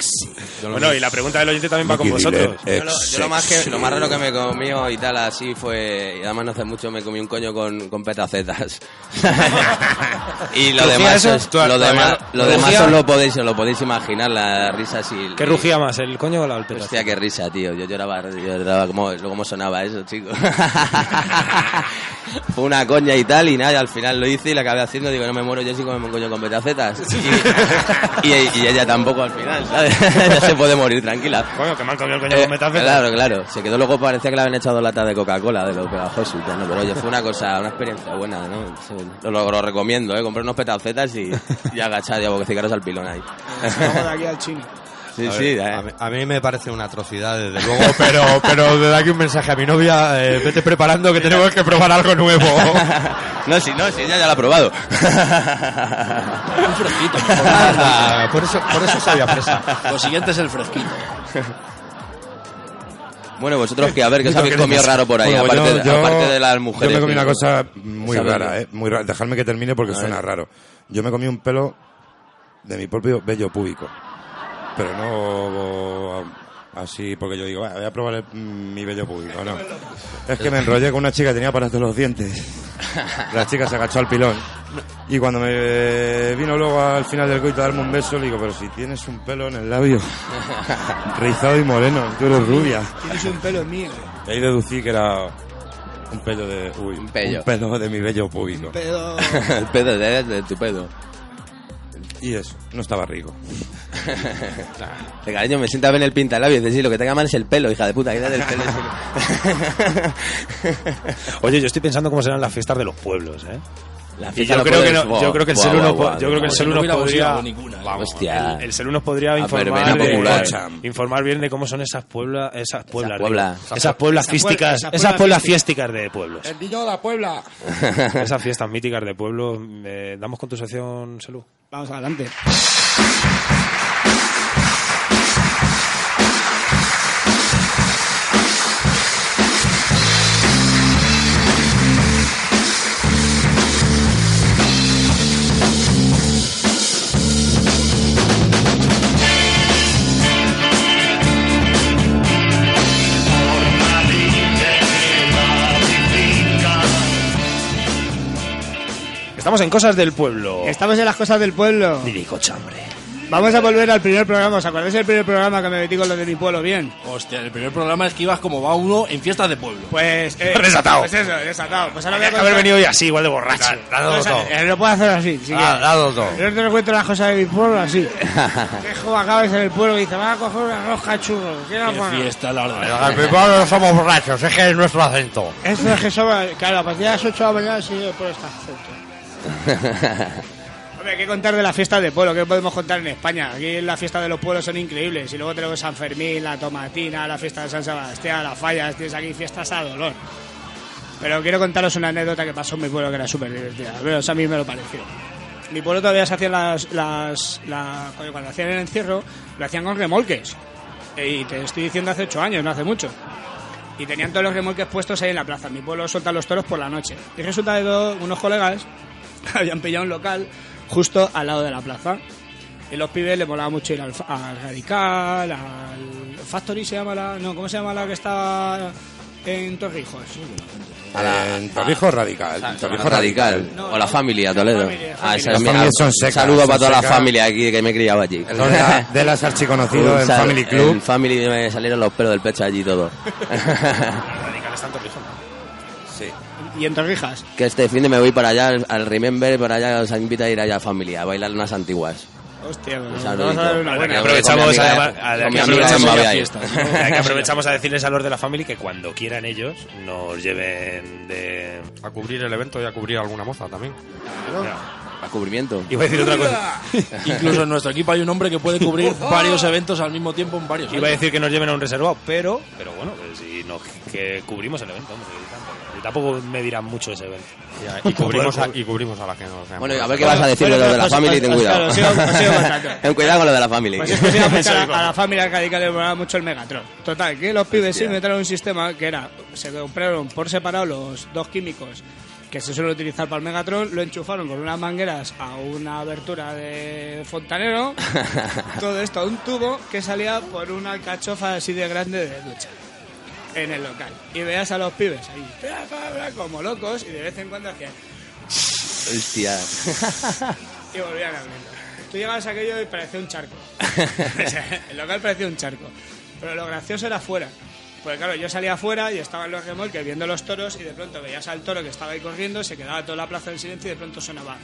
Bueno, y la pregunta del oyente también va con Mickey vosotros. Diller, Yo, lo, ex yo lo más que, sexy. lo más raro que me comió y tal así fue... Y además no hace mucho me comí un coño con, con petacetas. y lo ¿Rugía demás, eso? os- ¿Tú- lo todavía demás, no? lo demás ¿Rugía? os lo podéis, os lo podéis imaginar, las risas y... ¿Qué rugía más, el este. coño o la y- alpeta? Hostia, qué risa, tío. Yo lloraba, yo lloraba como, lo- como sonaba eso, chico. Fue una coña y tal, y nada, al final lo hice y la acabé haciendo. Digo, no me muero yo si como un coño con petacetas. Y, y- y ella tampoco al final, ¿sabes? Ella se puede morir tranquila. Coño, que me han comido el coño Eh, con metafeta. Claro, claro. Se quedó luego, parecía que le habían echado dos latas de Coca-Cola de lo pegajoso y tal, ¿no? Pero oye, fue una cosa, una experiencia buena, ¿no? Sí, Lo, lo- lo recomiendo, ¿eh? Compré unos petacetas y, y agachar, ya, cigarros al pilón ahí. Vamos de aquí al chino. sí, A sí, ver, eh. a, mí, a mí me parece una atrocidad, desde luego, pero, pero desde aquí un mensaje a mi novia, eh, vete preparando que tenemos que probar algo nuevo. No, sí, no, sí, ella ya lo ha probado. Un fresquito, mejor. Anda, por eso, por eso sabía presa. Lo siguiente es el fresquito. bueno, vosotros que a ver, que os habéis Creo que comido no. raro por ahí, Bueno, aparte, yo- yo- aparte de las mujeres. Yo me comí que- una cosa muy ¿Sabes? rara, ¿eh? Muy rara. Dejadme que termine porque suena raro. Yo me comí un pelo de mi propio vello púbico. Pero no así porque yo digo, "Ah, voy a probar el- mi vello púbico, no. Es que me enrollé con una chica que tenía aparato en los dientes. La chica se agachó al pilón. Y cuando me vino luego al final del coito a darme un beso, le digo, pero si tienes un pelo en el labio, rizado y moreno, tú eres rubia. Tienes un pelo mío. Y ahí deducí que era un pelo de. Uy, Un pello. un pelo de mi bello público. Pero. El pedo de, de tu pedo. Y eso, no estaba rico. De cariño, me sienta bien el pintalabios. Decir, lo que tenga mal es el pelo, hija de puta, quítate el pelo. Oye, yo estoy pensando cómo serán las fiestas de los pueblos, ¿eh. La Y fiesta yo no creo puedes- que no- yo creo que el Buah, ser buah, uno buah, po- yo creo que el buah. Yo ser no uno hubiera podría considerado ninguna, ¿eh? Vamos, Hostia. el- el ser uno podría informar verbena de, popular. informar bien de cómo son esas pueblas, esas pueblas, digo. puebla. esas pueblas Esas puebla- fiesticas, esas esas pueblas pueblas fiesticas. fiesticas de pueblos. niño de la Puebla! Esas fiestas míticas de pueblo. eh, ¿Damos con tu sección, Salud? Vamos adelante. Estamos en Cosas del Pueblo. Estamos en las cosas del pueblo. Dile, cochambre. Vamos a volver al primer programa. ¿Os acordáis del primer programa que me metí con lo de mi pueblo? Bien. Hostia, el primer programa es que ibas como va uno en fiestas de pueblo. Pues. eh, Desatado. Pues eso, desatado. Pues ahora voy a Tenía que haber contar- venido hoy así, igual de borracho. Dado Pues, todo. eh, lo puedo hacer así, si Ah, quieres. dado todo. Yo te cuento las cosas de mi pueblo así. Que joven acabas en el pueblo y dice, vas a coger una rosca churro. ¿Qué Qué la pones? fiesta la Al verdad. principio no somos borrachos, es que es nuestro acento. Eso es que sobra. Claro, a partir de las 8 de la mañana sí el pueblo está junto. Hombre, ¿qué contar de la fiesta de pueblo? ¿Qué podemos contar en España? Aquí las fiestas de los pueblos son increíbles. Y luego tenemos San Fermín, la Tomatina, la fiesta de San Sebastián, las fallas. Tienes aquí fiestas a dolor. Pero quiero contaros una anécdota que pasó en mi pueblo que era súper divertida. Al menos a mí me lo pareció. Mi pueblo todavía se hacían las... las la- coño, cuando hacían el encierro, lo hacían con remolques. Y te estoy diciendo hace ocho años, no hace mucho. Y tenían todos los remolques puestos ahí en la plaza. Mi pueblo suelta los toros por la noche. Y resulta que dos- unos colegas habían pillado un local justo al lado de la plaza. Y los pibes les molaba mucho ir al, fa- al Radical, al Factory se llama la... No, ¿cómo se llama la que está en Torrijos. En Torrijos Radical. en Torrijos Radical. O la familia Toledo. Ah, esa es Las mi- familias son un secas, Saludo son para toda la secas. familia aquí que me he criado allí. Son de- de las archiconocidos Un en sal- Family Club. En Family me salieron los pelos del pecho allí todo. Radical está en Torrijos. Sí. Y en Torrijas. que este fin de me voy para allá, al, al Remember, para allá os invita a ir allá a familia, a bailar unas antiguas. Hostia, Un vamos a dar una Bueno, buena. que Yo aprovechamos con mi a, amiga- llamar- a- con que mi amiga aprovechamos, Sonia Fiestas, que aprovechamos a decirles a los de la familia que cuando quieran ellos nos lleven de... A cubrir el evento y a cubrir alguna moza también. A cubrimiento. Iba a decir otra cosa. Incluso en nuestro equipo hay un hombre que puede cubrir varios eventos al mismo tiempo en varios. Iba a años. decir que nos lleven a un reservado, pero... Pero bueno, pues si nos, que cubrimos el evento. hombre, y tampoco- y tampoco me dirán mucho ese evento. Y, cubrimos a, y cubrimos a la que nos vean. Bueno, y a ver qué vas a decir de lo de la Bueno, familia y pues, ten pues, cuidado. claro, sigo- sigo contando. Ten cuidado con lo de la familia. Pues es que se iba a apuntar a, a la familia radical le molaba mucho el Megatron. Total, que los pibes se inventaron un sistema que era, se compraron por separado los dos químicos que se suelen utilizar para el Megatron, lo enchufaron con unas mangueras a una abertura de fontanero, todo esto a un tubo que salía por una cachofa así de grande de ducha en el local. Y veas a los pibes ahí bla, bla, bla, como locos y de vez en cuando hacían Hostia. y volvían abriendo. Tú llegabas a aquello y parecía un charco. O sea, el local parecía un charco. Pero lo gracioso era fuera. Porque claro, yo salía afuera y estaban los remolques viendo los toros y de pronto veías al toro que estaba ahí corriendo, se quedaba toda la plaza en silencio y de pronto sonaba...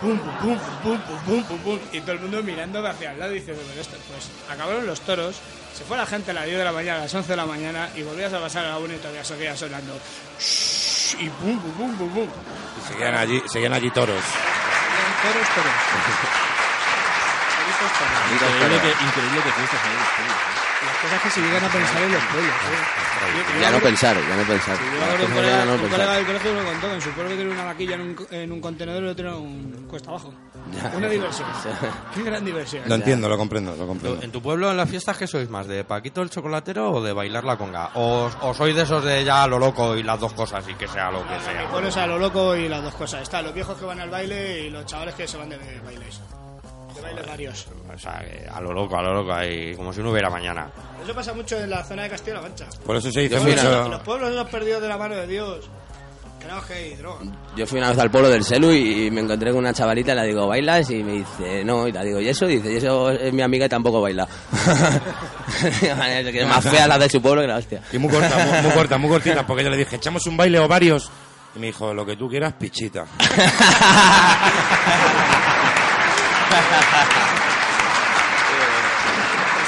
Pum, pum, pum, pum, pum, pum, pum, y todo el mundo mirándome hacia el lado diciendo, pero esto, pues acabaron los toros, se fue la gente a las 10 de la mañana, a las 11 de la mañana y volvías a pasar a la 1 y todavía seguía sonando. Y pum, pum, pum, pum, pum. Y seguían allí, seguían allí toros. Eran toros, toros. Toritos, toros. Increíble que, increíble que fiestas hay en los pueblos, ¿eh? Las cosas que se llegan a pensar en los pueblos. ¿eh? Yo- yo Ya no creo- pensar, ya no pensar. yo Las creo que cosas un ya colega, Pues no un colega pensar. del colegio me contó que en su pueblo tiene una vaquilla en un, co- en un contenedor y lo tiene en un cuesta abajo. Una diversión. Qué gran diversión. Lo entiendo, lo comprendo, lo comprendo. ¿En tu pueblo, en las fiestas, qué sois más? ¿De Paquito el chocolatero o de bailar la conga? ¿O, o sois de esos de ya a lo loco y las dos cosas y que sea lo que sea? Bueno, es a lo loco y las dos cosas. Está los viejos que van al baile y los chavales que se van de bailes. De bailes varios. O sea, que a lo loco, a lo loco, ahí, como si no hubiera mañana. Eso pasa mucho en la zona de Castilla-La Mancha. Por eso se dice Yo soy mucho. Los pueblos esos perdidos de la mano de Dios. Tenemos que ir, droga. Yo fui una vez al pueblo del Celu y, y me encontré con una chavalita y la digo, ¿bailas? Y me dice, no, y la digo, ¿y eso? Dice, y eso es mi amiga y tampoco baila. que es más fea la de su pueblo que la hostia. Y muy corta, muy, muy corta, muy cortita, porque yo le dije, echamos un baile o varios. Y me dijo, lo que tú quieras, pichita.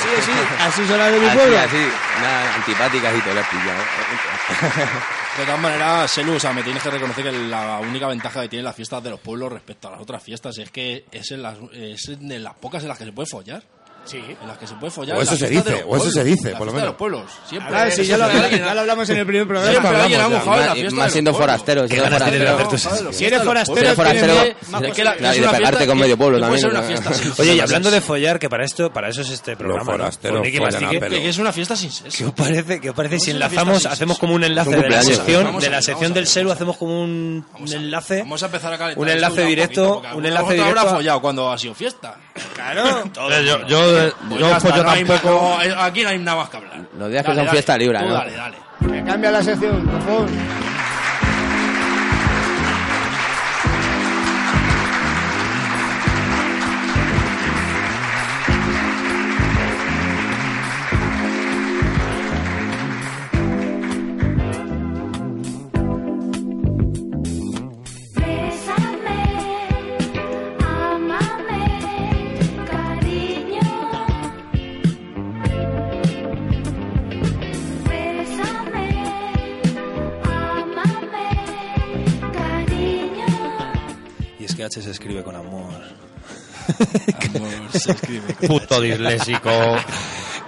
Sí, sí, así son las de mi Así, pueblo. así, nada, antipáticas y todo, las pillado. De todas maneras, Selu, o sea, me tienes que reconocer que la única ventaja que tienen las fiestas de los pueblos respecto a las otras fiestas es que es en las, es en las pocas en las que se puede follar. Sí. En las que se puede follar. O en eso las se fiestas dice, de los o eso se pueblos, dice, en la por lo fiesta menos. de los pueblos, siempre. Ahora sí, ya lo, ya lo hablamos en el primer programa. Siempre alguien ha hablamos ya. mojado en la Y fiesta más de siendo los pueblos. forastero, siendo ganas tiene de forastero. hacer tus- Si eres forastero, Si eres forastero, tienes más de- que la- Claro, posibilidades. y es de una pegarte fiesta con que- medio pueblo que también. puede ser una ¿no? fiesta sin Oye, y sexo. hablando de follar, que para esto para eso es este programa, ¿no? forasteros Con Nicky follan a Mastique. pelo. Que que es una fiesta sin Pues ¿Qué sexo. os parece? ¿Qué os parece Vamos si a enlazamos, fiestas, hacemos sí, como un enlace Un de la cumpleaños. sección, Vamos a de la ver, sección vamos a del ver. Selu hacemos como un, Vamos a- un enlace, Vamos a empezar a calentar. un esto enlace ya directo, poquito, porque un alguna enlace otra directo. habrá follado cuando ha sido fiesta. Claro. Yo, yo, Pues ya está, no hay- no, eh, aquí no hay nada más que hablar. Los días que Dale, son dale, fiesta libre, tú ¿no? Dale, dale. Cambia la sección, por favor. Bésame, amame, cariño. Bésame, amame, cariño. y es que H se escribe con amor. Amor, se escribe. puto disléxico.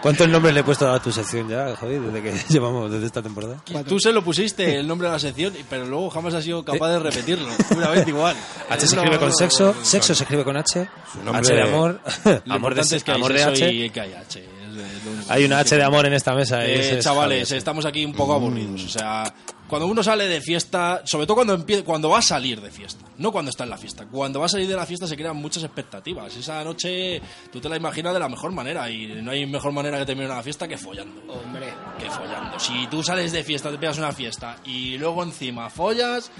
¿Cuántos nombres le he puesto a tu sección ya, Javi, desde que llevamos desde esta temporada? Tú se lo pusiste el nombre de la sección, pero luego jamás has sido capaz de repetirlo. Una vez igual. H se escribe con sexo, sexo se escribe con H, nombre- H de Lo amor, amor de, importante es que hay amor de sexo H. y que hay H. Es de- es lo único Hay una que- H de amor en esta mesa. y Eh, ese es chavales, Javier. estamos aquí un poco aburridos. O sea, Cuando uno sale de fiesta, sobre todo cuando, empie- cuando va a salir de fiesta, no cuando está en la fiesta, cuando va a salir de la fiesta se crean muchas expectativas. Esa noche tú te la imaginas de la mejor manera y no hay mejor manera que terminar una fiesta que follando. Hombre. Que follando. Si tú sales de fiesta, te pegas una fiesta y luego encima follas,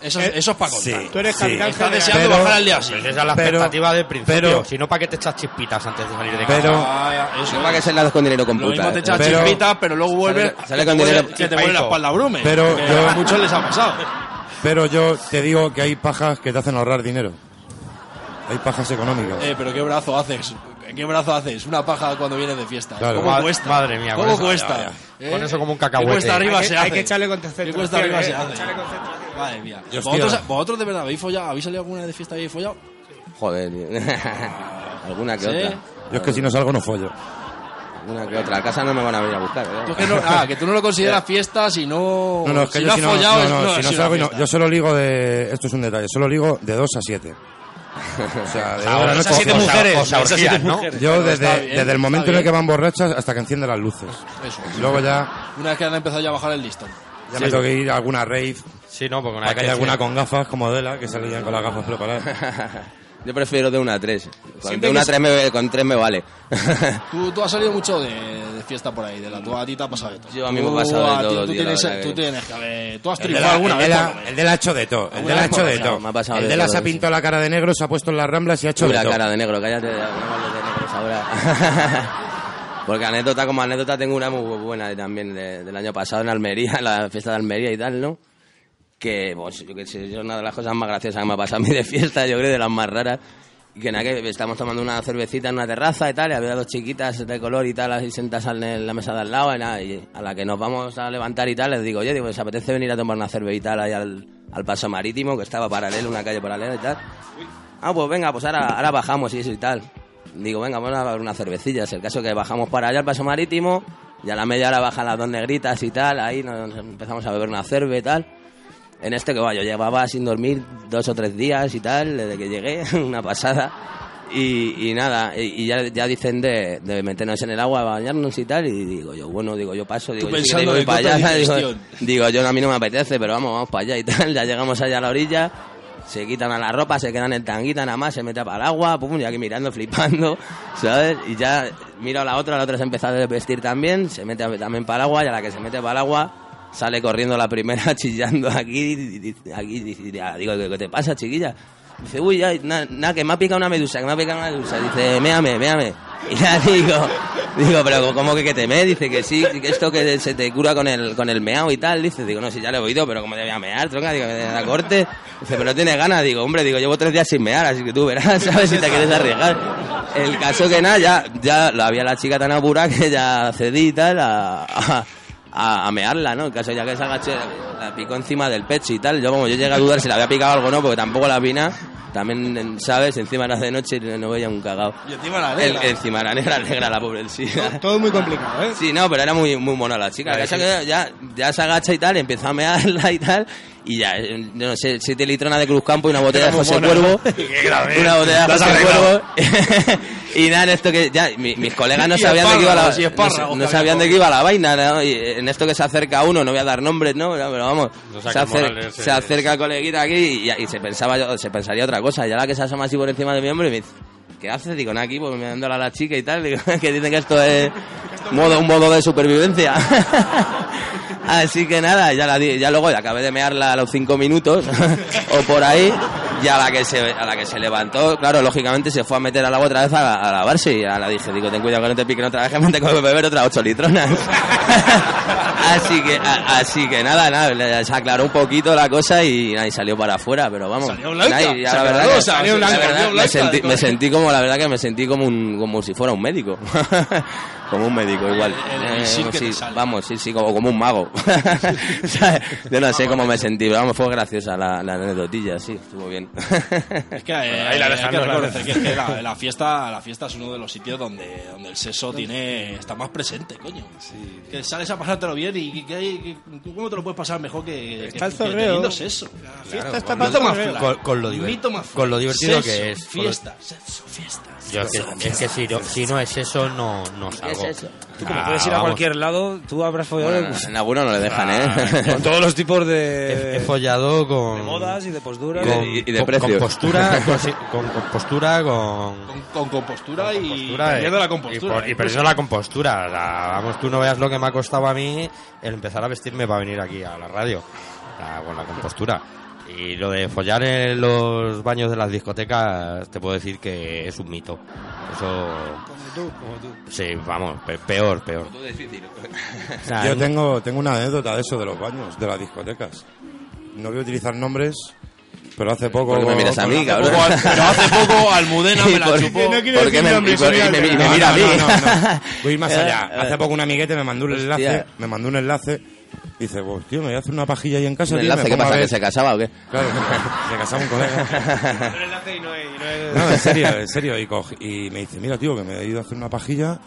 eso, Eh, eso es para contar. sí, Tú eres sí. capitán Estás general. deseando Pero- bajar al día siguiente. Esa pues es la Pero- expectativa de principio. pero- Si no, ¿para qué te echas chispitas antes de salir de casa? Pero- Ah, eso No va es. que se las con dinero con Lo mismo puta. te ¿eh? echas Pero- chispitas, pero luego vuelves. Sale- sale con que te dinero vuelve- Que te vuelve la chispaico. espalda brume. Pero Que yo- a muchos les ha pasado. Pero yo te digo que hay pajas que te hacen ahorrar dinero. Hay pajas económicas. Eh, pero qué brazo haces. ¿Qué brazo haces? Una paja cuando vienes de fiesta. Claro. ¿Cómo Ma- cuesta? madre mía, con ¿Cómo eso- cuesta? ya, ¿Eh? Con eso como un cacahuete. ¿Qué cuesta arriba Hay que- se hay hace? que echarle ¿Qué concentración, cuesta arriba eh? se hace? Echarle concentración. Madre mía. Yo estoy ¿Vosotros, ahora. vosotros de verdad habéis follado? ¿Habéis salido alguna vez de fiesta y habéis follado? Joder, tío. Alguna que ¿Sí? otra. Yo es que si no salgo no follo. Alguna que otra. A casa no me van a venir a buscar. ¿eh? ¿Tú que no- ah, que tú no lo consideras fiesta si no. Eh, No, no, es que Oh, si yo has si no, follado, es- no, no, no si ha no sido salgo una y no- fiesta. yo solo ligo de esto es un detalle, solo ligo de 2 a 7. O sea, de Ahora ahora no no se siete Esas mujeres, orgías, esas siete ¿no? mujeres. Yo Pero está desde, bien, desde el está momento en el bien. que van borrachas hasta que encienden las luces. Eso. Y luego ya, Una vez que han empezado ya a bajar el listón. ya me tengo que ir a alguna rave, Sí, no, porque una para vez que haya te alguna encierran- con gafas como Adela, que salían con las gafas preparadas. Yo prefiero de una a tres. Con, Siempre de una que a tres me, con tres me vale. Tú, tú has salido mucho de, de fiesta por ahí, de la tuya a ti te ha pasado de todo. Yo a mí me ha Tú pasado de a ti- todo, Tú tío, la tienes, verdad tú que- tienes que haber- Tú has El de triunfado la, alguna el vez. de por la, lo menos. el de la ha hecho de todo. El de la ha hecho de todo. Me ha pasado El de de la todo, se ha sí. pintado la cara de negro, se ha puesto en las ramblas y ha hecho Tú de la todo. cara de negro, cállate. ya, no hables de negros ahora. Porque anécdota como anécdota tengo una muy buena también de- del año pasado en Almería, en la fiesta de Almería y tal, ¿no? que pues, yo que sé, es una de las cosas más graciosas que me ha pasado a mí de fiesta, yo creo, de las más raras. Y que nada, que estábamos tomando una cervecita en una terraza y tal, y había dos chiquitas de color y tal, así sentadas al- en la mesa de al lado, y, nada, y a la que nos vamos a levantar y tal, les digo, oye, digo, ¿os apetece venir a tomar una cerveza y tal ahí al, al paso marítimo, que estaba paralelo, una calle paralela y tal? Ah, pues venga, pues ahora, ahora bajamos y eso y tal. Digo, venga, vamos a ver una cervecilla. Es el caso que bajamos para allá al paso marítimo, y a la media hora bajan las dos negritas y tal, ahí nos empezamos a beber una cerve y tal. En este que va, yo llevaba sin dormir dos o tres días y tal, desde que llegué, una pasada. Y, y nada, y, y ya, ya dicen de, de meternos en el agua, bañarnos y tal, y digo yo, bueno, digo yo paso, digo, Tú yo sí que pensando tengo en que ir otra para allá, digo, digestión. digo yo, no, a mí no me apetece, pero vamos, vamos para allá y tal, ya llegamos allá a la orilla, se quitan a la ropa, se quedan en tanguita nada más, se mete para el agua, pum, ya aquí mirando, flipando, ¿sabes? Y ya miro a la otra, la otra se empieza a vestir también, se mete también para el agua, y a la que se mete para el agua, Sale corriendo la primera chillando aquí, di- di- aquí di- di- ah, digo, ¿qué te pasa, chiquilla? Dice, uy, ya, nada, que me ha picado una medusa, que me ha picado una medusa. Dice, méame, méame. Y ya digo, digo, pero ¿cómo que, que te me? Dice que sí, que esto que se te cura con el, con el meao y tal. Dice, digo, no, si ya lo he oído, pero ¿cómo te voy a mear, tronca? Digo, "Me la corte. Dice, pero no tienes ganas. Digo, hombre, digo, llevo tres días sin mear, así que tú verás, ¿sabes? Si te quieres arriesgar. El caso que nada, ya, ya la había la chica tan apurada que ya cedí y tal a, a, a- a mearla, ¿no? El caso ya que se agachó, la picó encima del pecho y tal. Yo como yo llegué a dudar si la había picado algo o no, porque tampoco la vi nada. También, ¿sabes? Encima era de noche y no veía un cagao. Y encima la El, negra. encima era negra, negra la pobre sí. Todo muy complicado, ¿eh? Sí, no, pero era muy, muy mona la chica. El caso que ya, ya se agacha y tal, empieza a mearla y tal. Y ya, eh, yo no sé, siete litronas de Cruzcampo y una botella de José Cuervo. una botella de José Cuervo. y nada, en esto que ya, mi- mis colegas no Y sabían de qué iba la, espárragos, y no, espárragos no que sabían había de qué iba la vaina. ¿no? Y en esto que se acerca uno, no voy a dar nombres, ¿no? Pero vamos, No se, saques acer- morales, se eh. acerca el coleguita aquí y, y se pensaba yo- se pensaría otra cosa. Ya la que se asoma así por encima de mi hombro y me dice, ¿qué haces? Digo, nada, aquí, pues me dándola a la chica y tal. Digo, que dicen que esto es modo, un modo de supervivencia. Así que nada, ya, la di- ya luego ya acabé de mearla a los cinco minutos o por ahí y a la, que se, a la que se levantó, claro, lógicamente se fue a meter al agua otra vez a, la- a lavarse y a la dije, digo, ten cuidado que no te piquen otra vez, que me tengo que beber otras ocho litronas. así que a- así que nada, nada, le- se aclaró un poquito la cosa y, nada, y salió para afuera, pero vamos. Salió blanca, nada, y ya se la verdad aclaró, que- salió la blanca, verdad, salió me blanca sentí, del me coche. sentí como, la verdad que me sentí como un, como si fuera un médico. como un médico igual. El- el elixir que sí, te sale. vamos, sí, sí, como, como un mago. O sea, Yo no sé cómo me sentí, pero vamos, fue graciosa la, la anecdotilla, sí, estuvo bien. Es que, eh, ahí la hay dejan, que ¿no? La reconocer que, dejan. es que la, la fiesta, la fiesta es uno de los sitios donde, donde el sexo tiene, está más presente, coño. Que sales a pasártelo bien Javier, ¿y qué- qué- qué- cómo te lo puedes pasar mejor que, Está el que- que zorreo. teniendo sexo? fiesta está Mito para el más zorreo. fly. Con- con lo diver- Mito más fly. con lo divertido Sexo, que es. Con lo- Fiesta, sexo, fiesta. Yo es que, es que si, no, si no es eso, no, no salgo. Tú como Ah, puedes ir a vamos. cualquier lado, tú habrás follado... Ah, Bueno, pues. de- en alguno no le dejan, ¿eh? Con todos los tipos He, de... he follado con... de modas y de posturas. con, con- Con postura, con, si- con, con postura, con... Con compostura y postura, perdiendo eh, la compostura. Y, por- y ¿eh? perdiendo la compostura. O sea, vamos, tú no veas lo que me ha costado a mí el empezar a vestirme para venir aquí a la radio. O sea, con la compostura. Y lo de follar en los baños de las discotecas, te puedo decir que es un mito. Eso. tú, como tú. Sí, vamos, pe- peor, peor. sea, Yo no- tengo, tengo una anécdota de eso, de los baños, de las discotecas. No voy a utilizar nombres, pero hace poco... ¿Por qué me miras a mí, hace cabrón? poco al- pero hace poco Almudena me la ¿Y por- chupó. no quiero ¿por qué decir me- nombres, y por- y me- y me No, mira no, a mí? no, no, no. Voy a ir más Eh, allá. eh. Hace poco un amiguete me mandó un Hostia. enlace, me mandó un enlace, y dice, pues tío, me voy a hacer una pajilla ahí en casa. ¿Un tío, y me enlace qué pongo a pasa? ver". ¿Que se casaba o qué? Claro, se casaba un colega. Un enlace y no es- y no es- No, en serio, en serio. Y, cogí- y me dice, mira, tío, que me he ido a hacer una pajilla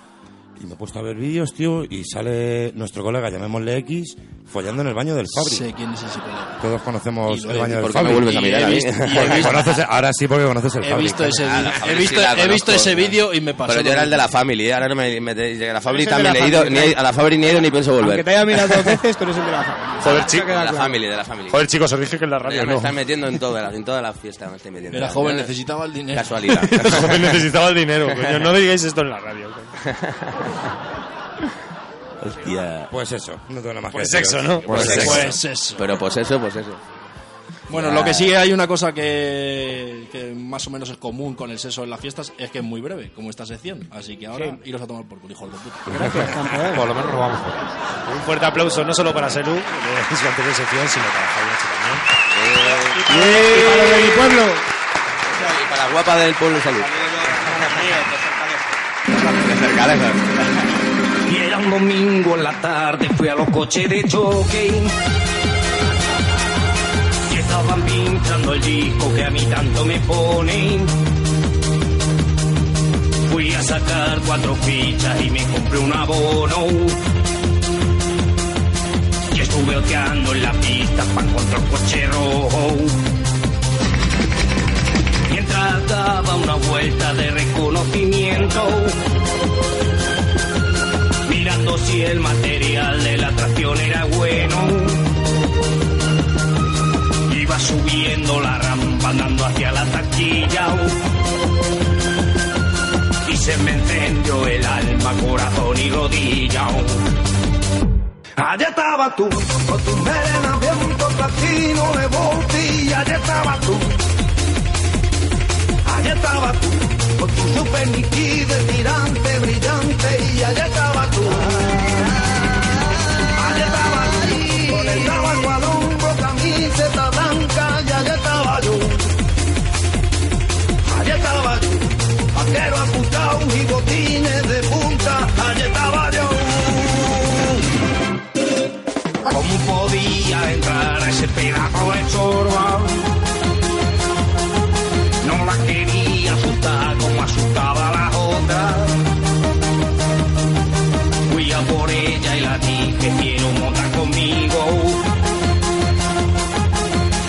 y me he puesto a ver vídeos, tío, y sale nuestro colega, llamémosle X, follando en el baño del Fabri. Sé quién es ese colega. Todos conocemos Y lo el he- ¿por baño del qué me Fabri. vuelves a mirar a mí? Y he visto- Conoces el- ahora sí, porque conoces el He Fabri. visto ese Ah, vídeo. Fabric He sí visto, la he conozco, visto ese ¿no? vídeo y me pasó. Pero yo era el de la Family, ¿eh? ahora no me, me a la Family también le he ido, ni he- a la Family ni he ido ni pienso Aunque volver. te haya mirado dos veces, tú eres el de la Ah, familia. Joder, chico. De la Family, de la Family. Joder, chicos, os dije que en la Ya radio me no. están metiendo en toda la, en toda la fiesta, me estoy metiendo. Era Ya, joven, ya. necesitaba el dinero. Casualidad. Joder, necesitaba el dinero, coño. No digáis esto en la radio. coño. Hostia. Pues eso, no tengo nada más Pues que decir. sexo, ¿no? Pues, Pues sexo. Pues eso. Pero pues eso, pues eso. Bueno, Ah. lo que sí hay una cosa que, que más o menos es común con el sexo en las fiestas es que es muy breve, como esta sección. Así que ahora iros a tomar por culo, hijos de puta. eh. eh. Por lo menos robamos. Un fuerte aplauso no solo para Selu, de su anterior sección, sino para Javier también. Y para lo de mi pueblo. Y para la guapa del pueblo salud. Y era un domingo en la tarde, fui a los coches de choque. Y estaban pintando el disco que a mí tanto me ponen. Fui a sacar cuatro fichas y me compré un abono. Y estuve oteando en la pista para encontrar un coche rojo. Mientras daba una vuelta de reconocimiento mirando si el material de la atracción era bueno. Iba subiendo la rampa andando hacia la taquilla. oh. Y se me encendió el alma, corazón y rodilla. oh. Allá estaba tú, con tu melena bien con platino de Volti. Allá estaba tú, allá estaba tú, con tu super Nikki de tirante brillante y allá estaba tú. Allá estaba tú, con el tabaco al hombro, camiseta blanca y allá estaba yo. Allá estaba yo, vaquero apuntado y botines de punta, allá estaba yo. ¿Cómo podía entrar a ese pedazo de chorba? No la quería asustar como asustaba a las otras. Fui a por ella y la dije, quiero montar conmigo.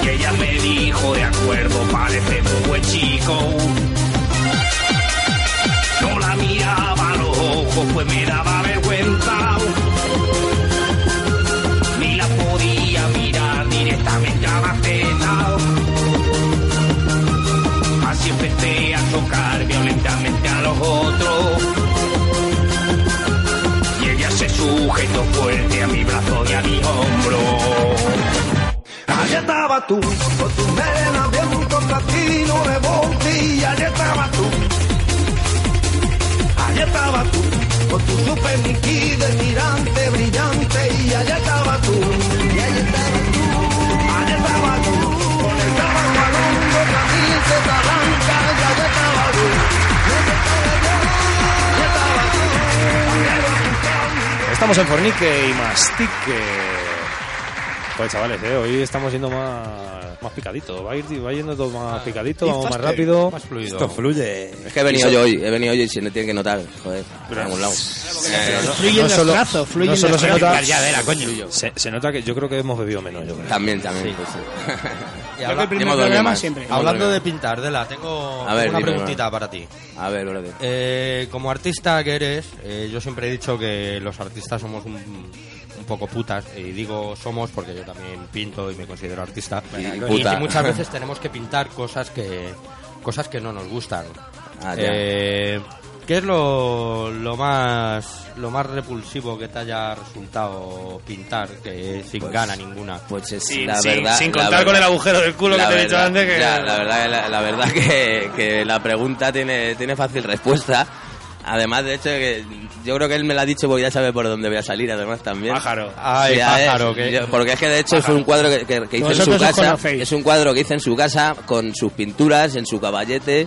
Y ella me dijo, de acuerdo, parece muy buen chico. No la miraba a los ojos, pues me daba vergüenza. Ni la podía mirar directamente a la teta. Así empecé a chocar violentamente a los otros. Y ella se sujetó fuerte a mi brazo y a mi hombro. Allá estaba tú, con tu melena bien con platino de Volti. Y Allá estaba tú. Allá estaba tú, con tu super Mickey de mirante brillante. Y allá estaba tú. Y allá estaba tú. Allá estaba tú, con el tabaco al hombro, camiseta blanca, y allá estaba tú. Estamos en Fornique y Mastique. Pues chavales, eh, hoy estamos yendo más, más picadito. Va, a ir, va yendo todo más picadito, Ah, y vamos más faster, rápido. más fluido. Esto fluye. Es que he venido Y so- yo hoy, he venido yo y se le tiene que notar, joder, por Pero- algún lado. Pero no- no solo- no solo se nota- Se, se nota que yo creo que hemos bebido menos. Yo creo. También, también. pues sí. Y Yo habla- que el primer Hemos dormido programa más. siempre. Hemos Hablando dormido de pintar, Dela, tengo A ver, una dime, preguntita Bruno. para ti. A ver, brother. Eh, como artista que eres, eh, yo siempre he dicho que los artistas somos un, un poco putas. Y digo somos porque yo también pinto y me considero artista. Y- y Y, puta. y muchas veces tenemos que pintar cosas que, cosas que no nos gustan. Ah, ya. Eh, ¿Qué es lo, lo más lo más repulsivo que te haya resultado pintar que sin Pues- gana ninguna? Pues es Sin- la sin- verdad. sin la contar verdad- con el agujero del culo la que te he dicho verdad- antes que- ya, la verdad, la, la verdad que, que la pregunta tiene, tiene fácil respuesta. Además, de hecho, que yo creo que él me la ha dicho porque ya sabe por dónde voy a salir, además también. Pájaro. Ay, pájaro, que- porque es que de hecho es un cuadro que, que- que hice en Vosotros su os casa. conocéis. Es un cuadro que hice en su casa con sus pinturas, en su caballete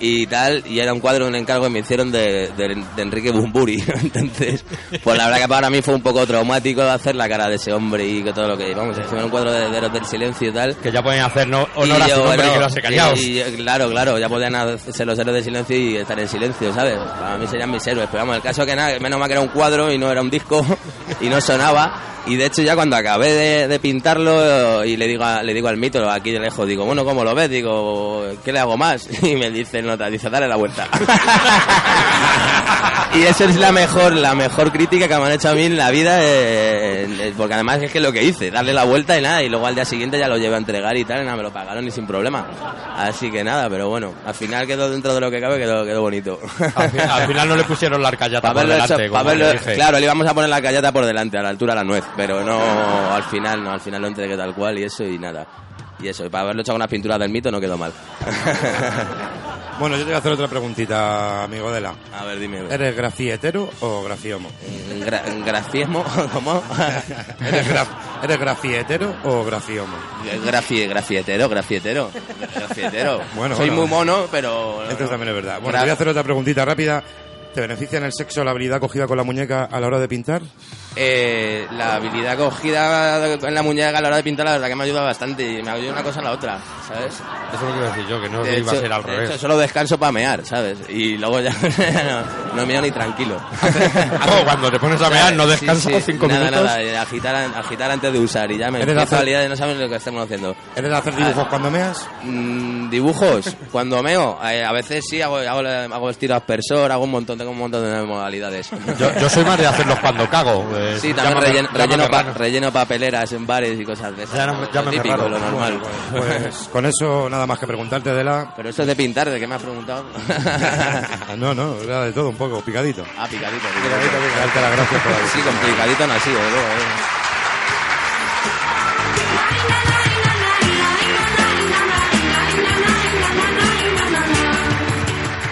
y tal. Y era un cuadro, un encargo que me hicieron de, de- de Enrique Bumburi. Entonces, pues la verdad que para mí fue un poco traumático hacer la cara de ese hombre y que todo lo que. Vamos, encima era un cuadro de herederos del silencio y tal. Que ya pueden hacer no, honor Y a su yo, nombre bueno, que lo hace callaos. y- y- claro, claro, ya podían hacer los héroes de silencio y estar en silencio, ¿sabes? Para mí serían mis héroes, pero vamos, el caso que nada, menos mal que era un cuadro y no era un disco y no sonaba. Y de hecho ya cuando acabé de, de pintarlo eh, y le digo a- le digo al mito aquí de lejos, digo, bueno, ¿cómo lo ves? Digo, ¿qué le hago más? Y me dice, no, te dice, dale la vuelta. Y esa es la mejor, la mejor crítica que me han hecho a mí en la vida, eh, eh, porque además es que es lo que hice, darle la vuelta y nada, y luego al día siguiente ya lo llevé a entregar y tal, y nada, me lo pagaron y sin problema. Así que nada, pero bueno, al final quedó dentro de lo que cabe, quedó, quedó bonito. Al, fi- al final no le pusieron la arcallata Para por verlo delante, hecho- como para verlo- le dije. claro, le íbamos a poner la callata por delante, a la altura de la nuez, pero no, al final no, al final lo entregué tal cual y eso y nada. Y eso, y para haberlo hecho con las pinturas del mito no quedó mal. Bueno, yo te voy a hacer otra preguntita, amigo de la. A ver, dime. ¿Eres grafietero o grafiomo? Mm, Gra grafismo, ¿cómo? ¿Eres, graf- eres grafietero o grafiomo? Grafi grafietero, grafietero. Grafietero. Bueno, Soy bueno. muy mono, pero. Esto también es verdad. Bueno, Gra- te voy a hacer otra preguntita rápida. ¿Te beneficia en el sexo la habilidad cogida con la muñeca a la hora de pintar? Eh, la habilidad cogida en la muñeca a la hora de pintar, la verdad que me ayuda bastante. Y me ayuda una cosa a la otra, ¿sabes? Eso es lo que iba a decir yo, que no De iba hecho- a ser al de revés. hecho, solo descanso para mear, ¿sabes? Y luego ya no, no meo ni tranquilo. Como cuando te pones a mear, no Sí, descansas sí, cinco nada, minutos. Nada, eh, agitar, an- agitar antes de usar y ya me ¿Eres de empiezo hacer- a liar y no sabes lo que estamos haciendo. ¿Eres de hacer dibujos Ah, cuando meas? Mm, dibujos cuando meo eh, a veces sí hago hago, hago estilo aspersor hago un montón tengo un montón de modalidades Yo, yo soy más de hacerlos cuando cago. eh, sí también llámame- relleno, llámame relleno, pa- raro. relleno papeleras en bares y cosas de esas lo Llámame típico, raro. lo normal Bueno, pues con eso nada más que preguntarte de la... pero eso es de pintar de qué me has preguntado no, no, era de todo un poco, picadito. ah picadito Picadito, picadito. Darte las gracias por sí con picadito no ha sido de luego eh.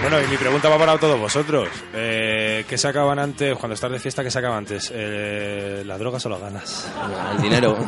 Bueno, y mi pregunta va para todos vosotros. Eh, ¿Qué sacaban antes, cuando estás de fiesta, qué sacaban antes? Eh, ¿Las drogas o las ganas? El dinero.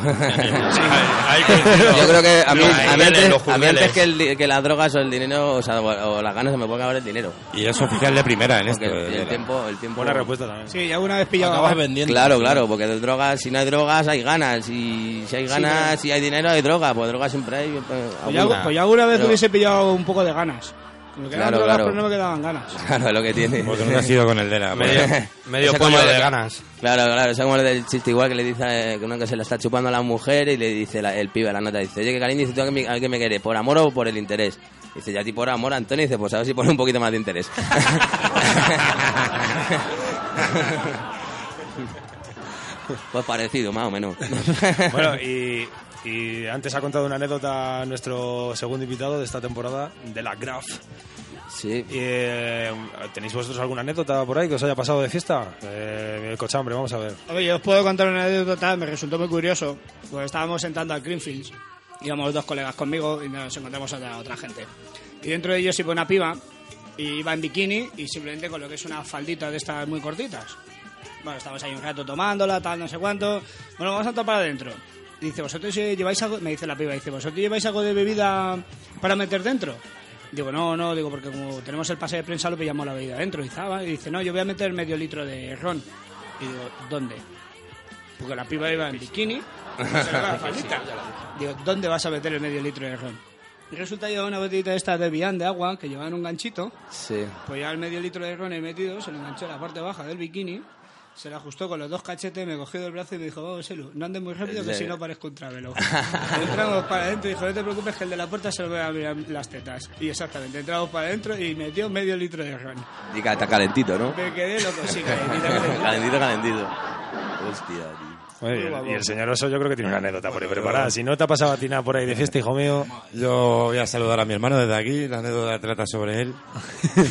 Yo creo que a mí, a mí antes, a mí antes que, el di- que las drogas o el dinero, o, sea, o- o las ganas, se me puede acabar el dinero. Y es oficial de primera en esto. Porque el, eh, tiempo, el tiempo... Buena respuesta también. Sí, ya una vez pillado. Claro, claro, porque de drogas, si no hay drogas, hay ganas. Y si hay Sí, ganas, claro. si hay dinero, hay droga. Pues droga siempre hay. eh, Pues yo, alguna. pues yo alguna vez Pero- hubiese pillado un poco de ganas. Me quedaban Claro, drogas, claro. pero no me quedaban ganas. Claro, es lo que tiene. Porque nunca has ido con el de la- Medio- medio Ese como pollo el- de ganas. Claro, claro, es como el del chiste igual que le dice eh, que uno que se la está chupando a la mujer y le dice la- el pibe a la nota, dice, oye, que cariño, dice, ¿tú a qué me, a qué me quieres? ¿Por amor o por el interés? Dice, ya a ti por amor, Antonio, dice, pues a ver si pone un poquito más de interés. pues parecido, más o menos. Bueno, y, y antes ha contado una anécdota nuestro segundo invitado de esta temporada, de la Graf. eh, Sí. ¿Tenéis vosotros alguna anécdota por ahí que os haya pasado de fiesta? Eh, el cochambre, vamos a ver. A ver, yo os puedo contar una anécdota, me resultó muy curioso. Pues estábamos sentando al Greenfields, íbamos dos colegas conmigo y nos encontramos a otra, otra gente. Y dentro de ellos iba una piba, y iba en bikini y simplemente con lo que es una faldita de estas muy cortitas. Bueno, estamos ahí un rato tomándola, tal, no sé cuánto. Bueno, vamos a entrar para adentro. Y Dice, ¿vosotros eh, lleváis algo? Me dice la piba, dice, ¿vosotros lleváis algo de bebida para meter dentro? Digo, no, no, digo, porque como tenemos el pase de prensa lo pillamos la bebida dentro. Y, dice, "Ah, vale". y dice, no, yo voy a meter medio litro de ron. Y digo, ¿dónde? Porque la piba iba en bikini Se le va la faldita. Digo, ¿dónde vas a meter el medio litro de ron? Y resulta que llevaba una botellita esta de Vian de agua que llevaba en un ganchito. Sí. Pues ya el medio litro de ron he metido, se lo enganché a la parte baja del bikini, se la ajustó con los dos cachetes, me cogió del brazo y me dijo, vamos, Elu, no andes muy rápido que Sí. si no parezco un travelo. entramos para adentro y dijo, no te preocupes que el de la puerta se lo voy a mirar las tetas. Y exactamente, entramos para adentro y metió medio litro de ron. Y ca- está calentito, ¿no? Me quedé loco, sí, calentito, calentito. calentito, calentito. Hostia, tío. Oye, y el- y el señor Oso yo creo que tiene una anécdota por ahí Bueno, preparada. Si no te ha pasado a ti nada por ahí de fiesta, hijo mío... Yo voy a saludar a mi hermano desde aquí, la anécdota trata sobre él.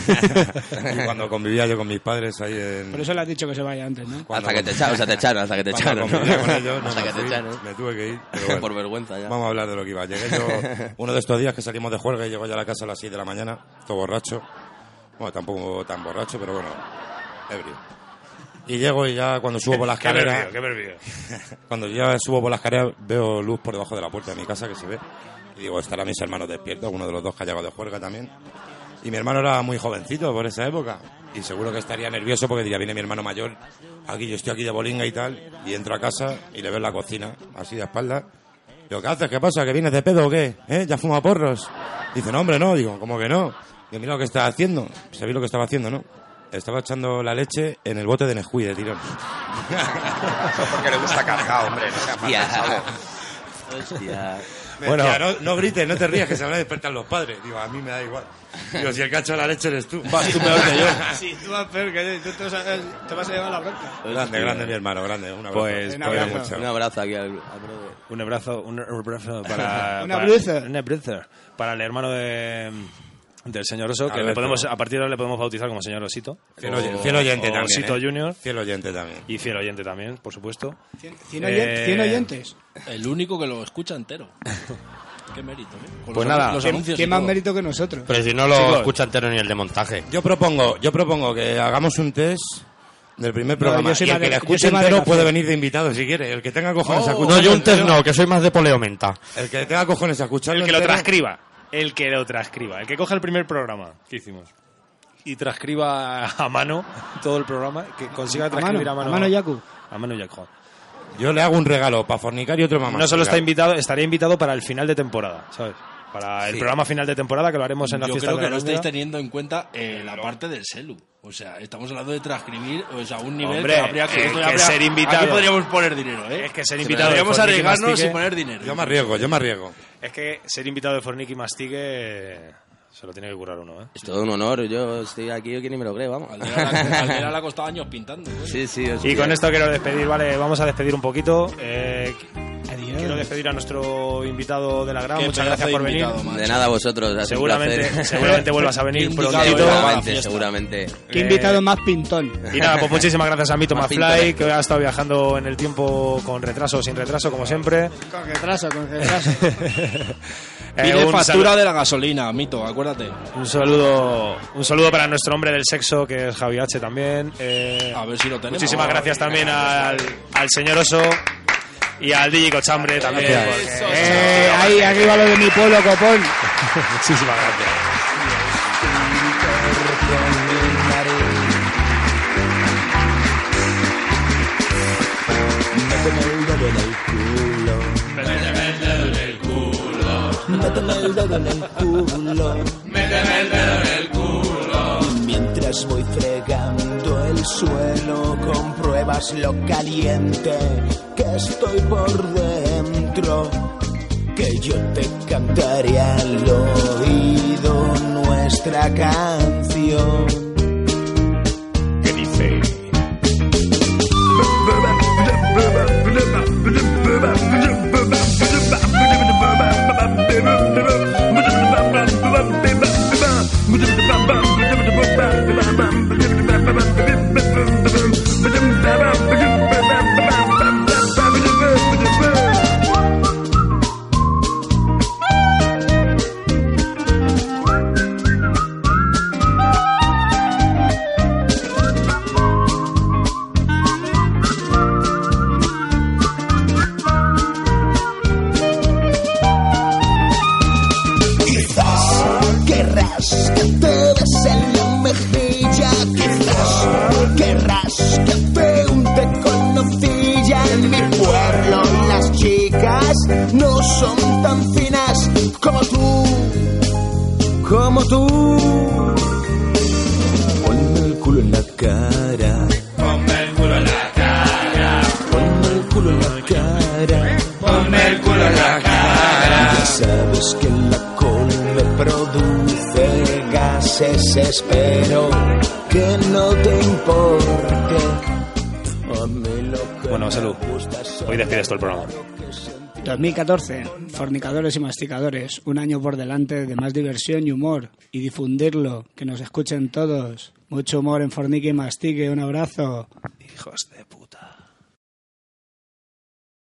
y cuando convivía yo con mis padres ahí en... Por eso le has dicho que se vaya antes, ¿no? cuando Hasta que te echaron, o sea, te echaron, hasta que te Cuando echaron. convivía con ellos, no Hasta me que te fui, echaron. Me tuve que ir. pero bueno. Por vergüenza ya. Vamos a hablar de lo que iba. Llegué yo uno de estos días que salimos de juerga y llego ya a la casa a las 6 de la mañana, todo borracho. Bueno, tampoco tan borracho, pero bueno, ebrio. Y llego y ya cuando subo por las Qué escaleras... nervio, qué nervio. Cuando ya subo por las escaleras veo luz por debajo de la puerta de mi casa que se ve. Y digo, estarán mis hermanos despiertos, uno de los dos que ha llegado de juerga también. Y mi hermano era muy jovencito por esa época. Y seguro que estaría nervioso porque diría, viene mi hermano mayor, aquí yo estoy aquí de bolinga y tal. Y entro a casa y le veo en la cocina, así de espalda. Digo, ¿qué haces? ¿Qué pasa? ¿Que vienes de pedo o qué? ¿Eh? ¿Ya fuma porros? Dice, no, hombre, no. Digo, ¿cómo que no? Que mira lo que está haciendo. ¿Sabéis lo que estaba haciendo, no? Estaba echando la leche en el bote de Nesquí de tirón. Eso porque le gusta cargado, hombre. No sea Hostia. pasado. Hostia. bueno, Bueno. no, no grites, no te rías, que se van a despertar los padres. Digo, a mí me da igual. Digo, si el cacho de la leche eres tú. Vas tú peor que yo. Sí, tú vas peor que tú te vas a, eh, te vas a llevar la bronca. Pues Grande, grande, mi hermano, grande. Un abrazo. Pues- Te Un quiero abrazo. mucho. Un abrazo aquí al, al brother. Un abrazo, un Un abrazo para... para- abrazo. un abrazo Para el hermano de... Del señor Oso, que le Alberto. podemos, a partir de ahora le podemos bautizar como señor Osito. Fiel oyen- fiel oyente o también. Osito ¿eh? Junior. Fiel oyente también. Y fiel oyente también, por supuesto. ¿Cien, cien oyen- Eh, cien oyentes? El único que lo escucha entero. Qué mérito, ¿eh? Con los- Pues nada. los ¿Qué- anuncios ¿Qué y más todo. mérito que nosotros? Pero si no lo Chicos. escucha entero ni el de montaje. Yo propongo, yo propongo que hagamos un test del primer No, programa. yo soy y el más que de- le yo escuche soy más de entero café. puede venir de Oh. invitado si quiere. El que tenga Oh, cojones a escucharlo No, yo un test entero- no, que soy más de poleo menta. El que tenga cojones a escucharlo El que lo entero- transcriba. El que lo transcriba. El que coja el primer programa que hicimos. Y transcriba a mano todo el programa. Que consiga A mano, transcribir a mano. a mano, Yaku. A mano Yaku. Yo le hago un regalo para fornicar y otro mamá. No solo está invitado, estaría invitado para el final de temporada, ¿sabes? Para el Sí. programa final de temporada que lo haremos en la Yo fiesta creo de que la no estáis Navidad. teniendo en cuenta eh, la parte del celu. O sea, estamos hablando de transcribir, o sea, un nivel Hombre, que habría que, eh, esto que habría- ser invitado. Aquí podríamos poner dinero, ¿eh? Es que ser Se invitado Podríamos de Fornic y arriesgarnos y Mastique. poner dinero. Yo me arriesgo, yo me arriesgo. Es que ser invitado de Fornic y Mastique se lo tiene que curar uno, ¿eh? Es todo un honor, yo estoy aquí, yo que ni me lo creo, vamos. Aldera le ha costado años pintando. ¿eh? Sí, sí, hostia. Y con esto quiero despedir, vale, vamos a despedir un poquito. Eh, Adiós. quiero despedir a nuestro invitado de la gran. Qué Muchas pedazo gracias de por venir. invitado, macho. De nada a vosotros, ha sido un Seguramente, placer. seguramente vuelvas a venir Qué prontito. invitado, a la seguramente, fiesta. seguramente. ¿Qué Eh, invitado más pintón? Y nada, pues muchísimas gracias a Mito Más Fly, pintoresco. que ha estado viajando en el tiempo con retraso o sin retraso, como siempre. Con retraso, con retraso. Eh, Pide un factura salu- de la gasolina, mito, acuérdate. un saludo, un saludo para nuestro hombre del sexo, que es Javi H. también. Eh, A ver si lo tenemos. pues, muchísimas gracias también al, al señor Oso y al DJ Cochambre también. Gracias. porque- eh, ahí, aquí va lo de mi pueblo, copón. muchísimas gracias. Méteme el dedo en el culo. Méteme el dedo en el culo. Méteme el dedo en el culo. Y Mientras voy fregando el suelo, compruebas lo caliente que estoy por dentro. Que yo te cantaré al oído nuestra canción. ¿Qué dice? Quizás querrás que te bese en la mejilla, quizás querrás que te unte con nocilla en mi pueblo las chicas. tú. Ponme el culo en la cara. Ponme el culo en la cara. Ponme el culo en la cara. Ponme el culo en la cara. Ya sabes que la col me produce gases. Espero que no te importe. A mí lo que Bueno, salud. Hoy despides todo el programa. 2014, fornicadores y masticadores, un año por delante de más diversión y humor, y difundirlo, que nos escuchen todos. Mucho humor en Fornique y Mastique, un abrazo. Hijos de puta.